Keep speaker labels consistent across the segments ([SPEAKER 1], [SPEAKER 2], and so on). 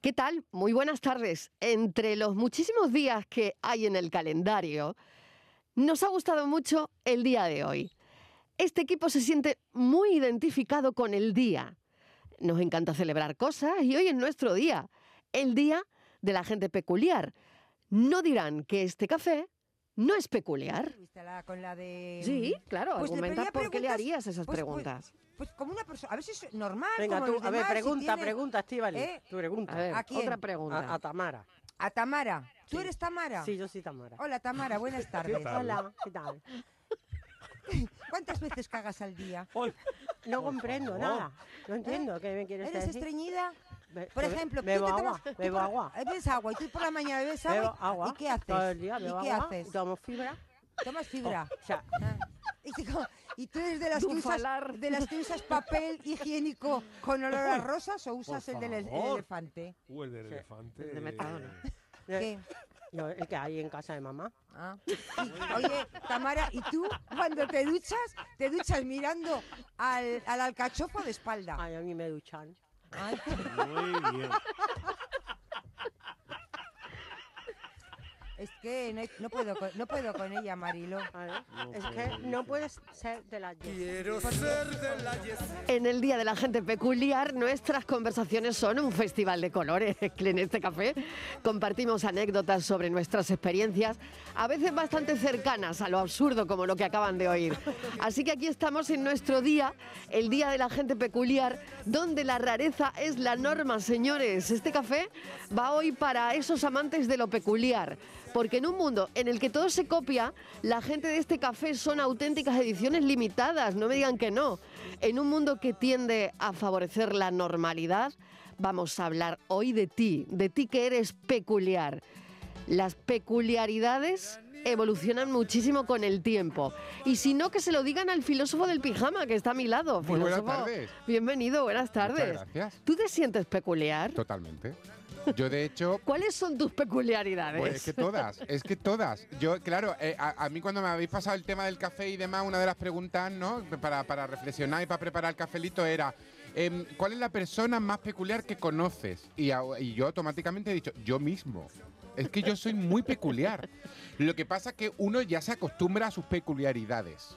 [SPEAKER 1] ¿Qué tal? Muy buenas tardes. Entre los muchísimos días que hay en el calendario, nos ha gustado mucho el día de hoy. Este equipo se siente muy identificado con el día. Nos encanta celebrar cosas y hoy es nuestro día, el día de la gente peculiar. No dirán que este café no es peculiar.
[SPEAKER 2] Vístala con la de...
[SPEAKER 1] Sí, claro,
[SPEAKER 2] Pues le
[SPEAKER 1] argumenta
[SPEAKER 2] pedía
[SPEAKER 1] por qué le
[SPEAKER 2] preguntas-
[SPEAKER 1] harías esas
[SPEAKER 2] pues- pues-
[SPEAKER 1] preguntas.
[SPEAKER 2] Pues, como una persona, a ver si es normal.
[SPEAKER 3] Venga,
[SPEAKER 2] como
[SPEAKER 3] tú,
[SPEAKER 2] los
[SPEAKER 3] a ver,
[SPEAKER 2] demás, si
[SPEAKER 3] pregunta,
[SPEAKER 2] tiene-
[SPEAKER 3] pregunta, Estivali.
[SPEAKER 2] ¿Eh?
[SPEAKER 3] Tú pregunta.
[SPEAKER 1] A ver,
[SPEAKER 2] ¿A quién?
[SPEAKER 1] otra pregunta.
[SPEAKER 3] A, a Tamara.
[SPEAKER 2] A Tamara. ¿Tú
[SPEAKER 3] Sí.
[SPEAKER 2] eres Tamara?
[SPEAKER 3] Sí, yo soy Tamara.
[SPEAKER 2] Hola, Tamara, buenas tardes.
[SPEAKER 4] tal?
[SPEAKER 3] Hola, ¿qué tal?
[SPEAKER 2] ¿Cuántas veces cagas al día? ¿Eh?
[SPEAKER 3] No comprendo
[SPEAKER 4] favor.
[SPEAKER 3] nada. No entiendo qué me quieres
[SPEAKER 2] ¿Eres
[SPEAKER 3] decir.
[SPEAKER 2] estreñida?
[SPEAKER 3] Be-
[SPEAKER 2] Por
[SPEAKER 3] be-
[SPEAKER 2] ejemplo, ¿tú
[SPEAKER 3] bebo
[SPEAKER 2] te
[SPEAKER 3] agua,
[SPEAKER 2] tomas- tú
[SPEAKER 3] bebo
[SPEAKER 2] por-
[SPEAKER 3] agua.
[SPEAKER 2] eh, Bebes agua y tú por la mañana bebes agua.
[SPEAKER 3] Bebo agua.
[SPEAKER 2] ¿Y qué haces?
[SPEAKER 3] Todo el día
[SPEAKER 2] ¿Y
[SPEAKER 3] bebo
[SPEAKER 2] qué
[SPEAKER 3] agua,
[SPEAKER 2] haces?
[SPEAKER 3] Tomo fibra.
[SPEAKER 2] Tomas fibra.
[SPEAKER 3] O sea,
[SPEAKER 2] Ah. Y, te co- y tú eres de las, que usas,
[SPEAKER 1] Dufalar.
[SPEAKER 2] de las que usas papel higiénico con olor a rosas o usas el del el
[SPEAKER 4] favor.
[SPEAKER 2] elefante.
[SPEAKER 4] Uh, el del
[SPEAKER 3] Sí,
[SPEAKER 4] elefante.
[SPEAKER 1] el de Metadona.
[SPEAKER 3] eh,
[SPEAKER 2] ¿Qué?
[SPEAKER 3] no, el que hay en casa de mamá.
[SPEAKER 2] Ah. Y, oye, Tamara, ¿y tú cuando te duchas, te duchas mirando al, al alcachofa de espalda?
[SPEAKER 3] Ay, a mí me duchan.
[SPEAKER 2] Ay,
[SPEAKER 4] Muy bien.
[SPEAKER 2] es que no, no puedo, con- no puedo con ella, Marilo.
[SPEAKER 3] A ver, es que no puedes ser de la
[SPEAKER 5] Quiero ser de la Yesenia.
[SPEAKER 1] En el Día de la Gente Peculiar, nuestras conversaciones son un festival de colores que en este café compartimos anécdotas sobre nuestras experiencias, a veces bastante cercanas a lo absurdo como lo que acaban de oír. Así que aquí estamos en nuestro día, el Día de la Gente Peculiar, donde la rareza es la norma, señores. Este café va hoy para esos amantes de lo peculiar, porque en un mundo en el que todo se copia, la gente de este café son auténticas ediciones limitadas, no me digan que no. En un mundo que tiende a favorecer la normalidad, vamos a hablar hoy de ti, de ti que eres peculiar. Las peculiaridades evolucionan muchísimo con el tiempo. Y si no, que se lo digan al filósofo del pijama que está a mi lado.
[SPEAKER 6] Muy buenas
[SPEAKER 1] Filósofo,
[SPEAKER 6] tardes.
[SPEAKER 1] Bienvenido, buenas tardes.
[SPEAKER 6] gracias.
[SPEAKER 1] ¿Tú te sientes peculiar?
[SPEAKER 6] Totalmente. Yo, de hecho,
[SPEAKER 1] ¿Cuáles son tus peculiaridades?
[SPEAKER 6] pues, es que todas, es que todas. Yo, claro, eh, a, a mí cuando me habéis pasado el tema del café y demás, una de las preguntas, ¿no? Para, para reflexionar y para preparar el cafelito era, em, ¿cuál es la persona más peculiar que conoces? Y, au- y yo automáticamente he dicho, yo mismo. Es que yo soy muy peculiar. Lo que pasa es que uno ya se acostumbra a sus peculiaridades.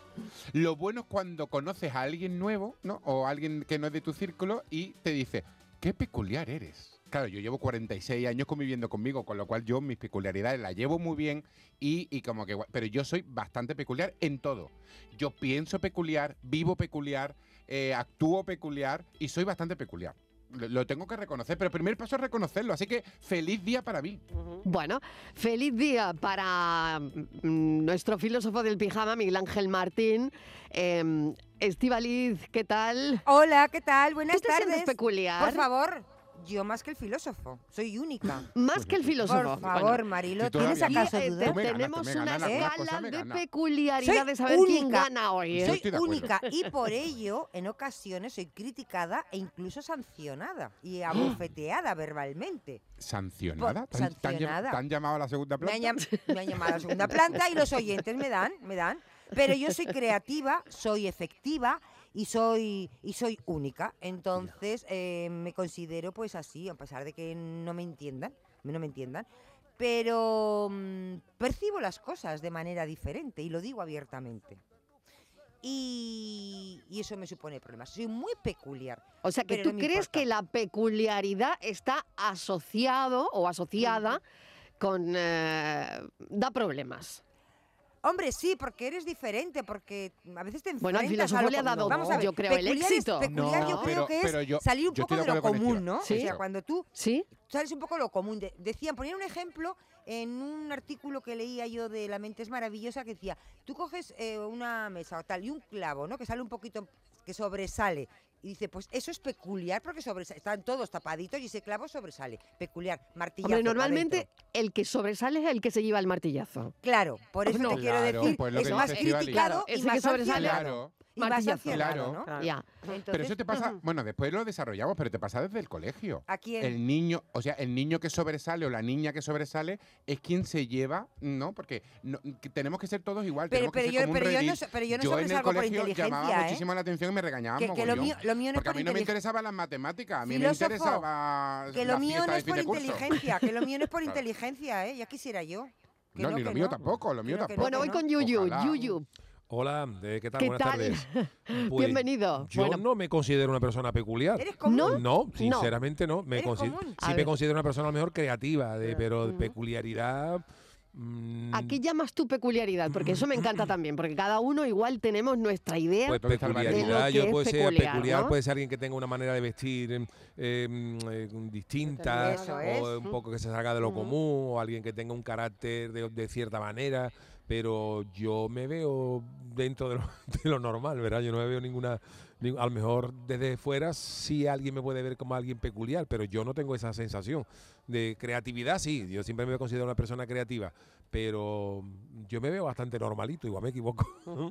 [SPEAKER 6] Lo bueno es cuando conoces a alguien nuevo, ¿no? O alguien que no es de tu círculo y te dice, qué peculiar eres. Claro, yo llevo 46 años conviviendo conmigo, con lo cual yo mis peculiaridades las llevo muy bien y, y como que... guay. Pero yo soy bastante peculiar en todo. Yo pienso peculiar, vivo peculiar, eh, actúo peculiar y soy bastante peculiar. Lo, lo tengo que reconocer, pero el primer paso es reconocerlo. Así que feliz día para mí.
[SPEAKER 3] Ujú.
[SPEAKER 1] Bueno, feliz día para mm, nuestro filósofo del pijama, Miguel Ángel Martín. Eh, Estivaliz, ¿qué tal?
[SPEAKER 2] Hola, ¿qué tal?
[SPEAKER 1] ¿Tú
[SPEAKER 2] Buenas
[SPEAKER 1] te sientes
[SPEAKER 2] tardes.
[SPEAKER 1] peculiar?
[SPEAKER 2] Por favor, yo más que el filósofo, soy única.
[SPEAKER 1] Más que el filósofo.
[SPEAKER 2] Por favor,
[SPEAKER 1] Bueno,
[SPEAKER 2] Marilo,
[SPEAKER 6] si
[SPEAKER 2] ¿tienes
[SPEAKER 6] todavía-
[SPEAKER 2] acaso
[SPEAKER 1] y, eh,
[SPEAKER 2] duda?
[SPEAKER 6] Tú me ganas,
[SPEAKER 1] tenemos
[SPEAKER 6] tú me ganas,
[SPEAKER 1] una
[SPEAKER 6] ¿eh? Una cosa
[SPEAKER 1] escala
[SPEAKER 6] me
[SPEAKER 1] de
[SPEAKER 6] gana.
[SPEAKER 1] peculiaridades,
[SPEAKER 2] Soy
[SPEAKER 1] a ver quién
[SPEAKER 2] única.
[SPEAKER 1] gana hoy. ¿eh?
[SPEAKER 6] Yo
[SPEAKER 2] Soy
[SPEAKER 6] estoy de acuerdo.
[SPEAKER 2] única y por ello en ocasiones soy criticada e incluso sancionada y abofeteada verbalmente.
[SPEAKER 6] ¿Sancionada?
[SPEAKER 2] Por-
[SPEAKER 6] ¿Tan- tan llama-
[SPEAKER 2] sancionada.
[SPEAKER 6] ¿Tan llamado a la segunda
[SPEAKER 2] Me
[SPEAKER 6] planta?
[SPEAKER 2] han, llam- me han llamado a la segunda planta y los oyentes me dan, me dan. Pero yo soy creativa, soy efectiva y soy y soy única. Entonces eh, me considero pues así, a pesar de que no me entiendan, no me entiendan. Pero mm, percibo las cosas de manera diferente y lo digo abiertamente. Y, y eso me supone problemas. Soy muy peculiar.
[SPEAKER 1] O sea, que
[SPEAKER 2] pero
[SPEAKER 1] tú
[SPEAKER 2] no me
[SPEAKER 1] crees
[SPEAKER 2] importa.
[SPEAKER 1] que la peculiaridad está asociado o asociada con... eh, da problemas.
[SPEAKER 2] Hombre, sí, porque eres diferente, porque a veces te enfrentas
[SPEAKER 1] Bueno, al
[SPEAKER 2] a
[SPEAKER 1] filósofo
[SPEAKER 2] lo
[SPEAKER 1] le ha
[SPEAKER 2] común.
[SPEAKER 1] dado,
[SPEAKER 2] Vamos a ver,
[SPEAKER 1] yo creo, el
[SPEAKER 2] peculiar es-
[SPEAKER 1] éxito.
[SPEAKER 2] peculiar
[SPEAKER 1] No,
[SPEAKER 2] yo creo
[SPEAKER 6] pero-
[SPEAKER 2] que es
[SPEAKER 6] pero yo-
[SPEAKER 2] salir un
[SPEAKER 6] yo
[SPEAKER 2] poco
[SPEAKER 6] estoy
[SPEAKER 2] de,
[SPEAKER 6] de
[SPEAKER 2] lo
[SPEAKER 6] acuerdo con
[SPEAKER 2] común,
[SPEAKER 6] Estiva.
[SPEAKER 2] ¿no?
[SPEAKER 1] Sí.
[SPEAKER 2] O sea, cuando tú
[SPEAKER 1] ¿Sí?
[SPEAKER 2] sales un poco de lo común. De- decían, ponían un ejemplo en un artículo que leía yo de La mente es maravillosa que decía, tú coges eh, una mesa o tal y un clavo, ¿no? Que sale un poquito, que sobresale. Y dice, pues eso es peculiar porque sobresale. Están todos tapaditos y ese clavo sobresale. Peculiar, martillazo.
[SPEAKER 1] Hombre,
[SPEAKER 2] pa'
[SPEAKER 1] normalmente
[SPEAKER 2] dentro.
[SPEAKER 1] el que sobresale es el que se lleva el martillazo.
[SPEAKER 2] Claro, por eso
[SPEAKER 1] No.
[SPEAKER 2] te quiero
[SPEAKER 6] Claro,
[SPEAKER 2] decir,
[SPEAKER 6] pues lo
[SPEAKER 2] es
[SPEAKER 6] que
[SPEAKER 2] más
[SPEAKER 6] dice Estivali.
[SPEAKER 2] criticado
[SPEAKER 1] Claro,
[SPEAKER 2] y
[SPEAKER 1] ese
[SPEAKER 2] más
[SPEAKER 1] que sobresale.
[SPEAKER 2] sancionado.
[SPEAKER 6] Claro.
[SPEAKER 2] y vas
[SPEAKER 1] Martillazo.
[SPEAKER 2] haciendo,
[SPEAKER 6] Claro.
[SPEAKER 2] ¿no?
[SPEAKER 3] Claro.
[SPEAKER 1] Ya.
[SPEAKER 6] Pero eso
[SPEAKER 2] Entonces,
[SPEAKER 6] te pasa, bueno, después lo desarrollamos, pero te pasa desde el colegio.
[SPEAKER 2] ¿a quién?
[SPEAKER 6] El niño, o sea, el niño que sobresale o la niña que sobresale es quien se lleva, ¿no? Porque no- que tenemos que ser todos igual.
[SPEAKER 2] pero,
[SPEAKER 6] tenemos que
[SPEAKER 2] pero
[SPEAKER 6] ser
[SPEAKER 2] yo,
[SPEAKER 6] como un
[SPEAKER 2] pero yo no,
[SPEAKER 6] redil.
[SPEAKER 2] so- pero yo no
[SPEAKER 6] en el
[SPEAKER 2] sobresalgo por
[SPEAKER 6] colegio llamaba
[SPEAKER 2] inteligencia, ¿eh?
[SPEAKER 6] muchísimo la atención y me regañaban.
[SPEAKER 2] Que, que lo,
[SPEAKER 6] mogollón.
[SPEAKER 2] mío, lo mío no es
[SPEAKER 6] porque a
[SPEAKER 2] por
[SPEAKER 6] mí no
[SPEAKER 2] inteligencia.
[SPEAKER 6] me interesaban las matemáticas, a mí
[SPEAKER 2] Filósofo,
[SPEAKER 6] me interesaba
[SPEAKER 2] Que
[SPEAKER 6] la
[SPEAKER 2] lo mío
[SPEAKER 6] Ah, fiesta
[SPEAKER 2] no
[SPEAKER 6] de
[SPEAKER 2] es
[SPEAKER 6] fin
[SPEAKER 2] por
[SPEAKER 6] de curso.
[SPEAKER 2] inteligencia, que lo mío no es por
[SPEAKER 6] Claro.
[SPEAKER 2] inteligencia, ¿eh? Ya quisiera yo. Que
[SPEAKER 6] No, ni
[SPEAKER 2] que
[SPEAKER 6] lo mío tampoco, lo
[SPEAKER 2] Que
[SPEAKER 6] mío
[SPEAKER 2] no, que
[SPEAKER 6] tampoco.
[SPEAKER 1] Bueno, voy con Yuyu.
[SPEAKER 6] Ojalá.
[SPEAKER 1] Yuyu,
[SPEAKER 4] Hola, eh, ¿qué tal?
[SPEAKER 1] ¿Qué
[SPEAKER 4] Buenas
[SPEAKER 1] tal?
[SPEAKER 4] tardes. Pues,
[SPEAKER 1] bienvenido.
[SPEAKER 4] Yo
[SPEAKER 1] Bueno.
[SPEAKER 4] no me considero una persona peculiar.
[SPEAKER 2] ¿Eres común?
[SPEAKER 1] ¿No?
[SPEAKER 4] No, sinceramente no. Me
[SPEAKER 2] ¿Eres
[SPEAKER 4] consi-
[SPEAKER 2] común?
[SPEAKER 1] A
[SPEAKER 4] sí
[SPEAKER 1] ver.
[SPEAKER 4] me considero una persona a lo mejor creativa, de, pero de
[SPEAKER 1] Ujú.
[SPEAKER 4] peculiaridad. mm,
[SPEAKER 1] ¿a qué llamas tu peculiaridad? Porque eso me encanta también, porque cada uno igual tenemos nuestra idea.
[SPEAKER 4] Pues
[SPEAKER 6] ¿Dónde está el
[SPEAKER 4] peculiaridad,
[SPEAKER 1] barrio? De lo
[SPEAKER 4] yo
[SPEAKER 1] que
[SPEAKER 4] puede
[SPEAKER 1] es
[SPEAKER 4] ser
[SPEAKER 1] peculiar,
[SPEAKER 4] peculiar, pues,
[SPEAKER 1] ¿no?
[SPEAKER 4] puede ser alguien que tenga una manera de vestir eh, eh, eh, distinta,
[SPEAKER 2] Eso
[SPEAKER 4] o
[SPEAKER 2] es.
[SPEAKER 4] un poco que se salga de lo común, o alguien que tenga un carácter de, de cierta manera, pero yo me veo dentro de lo, de lo normal, ¿verdad? Yo no me veo ninguna, ni- a lo mejor desde fuera sí alguien me puede ver como alguien peculiar, pero yo no tengo esa sensación de creatividad, sí, yo siempre me considero una persona creativa, pero yo me veo bastante normalito, igual me equivoco.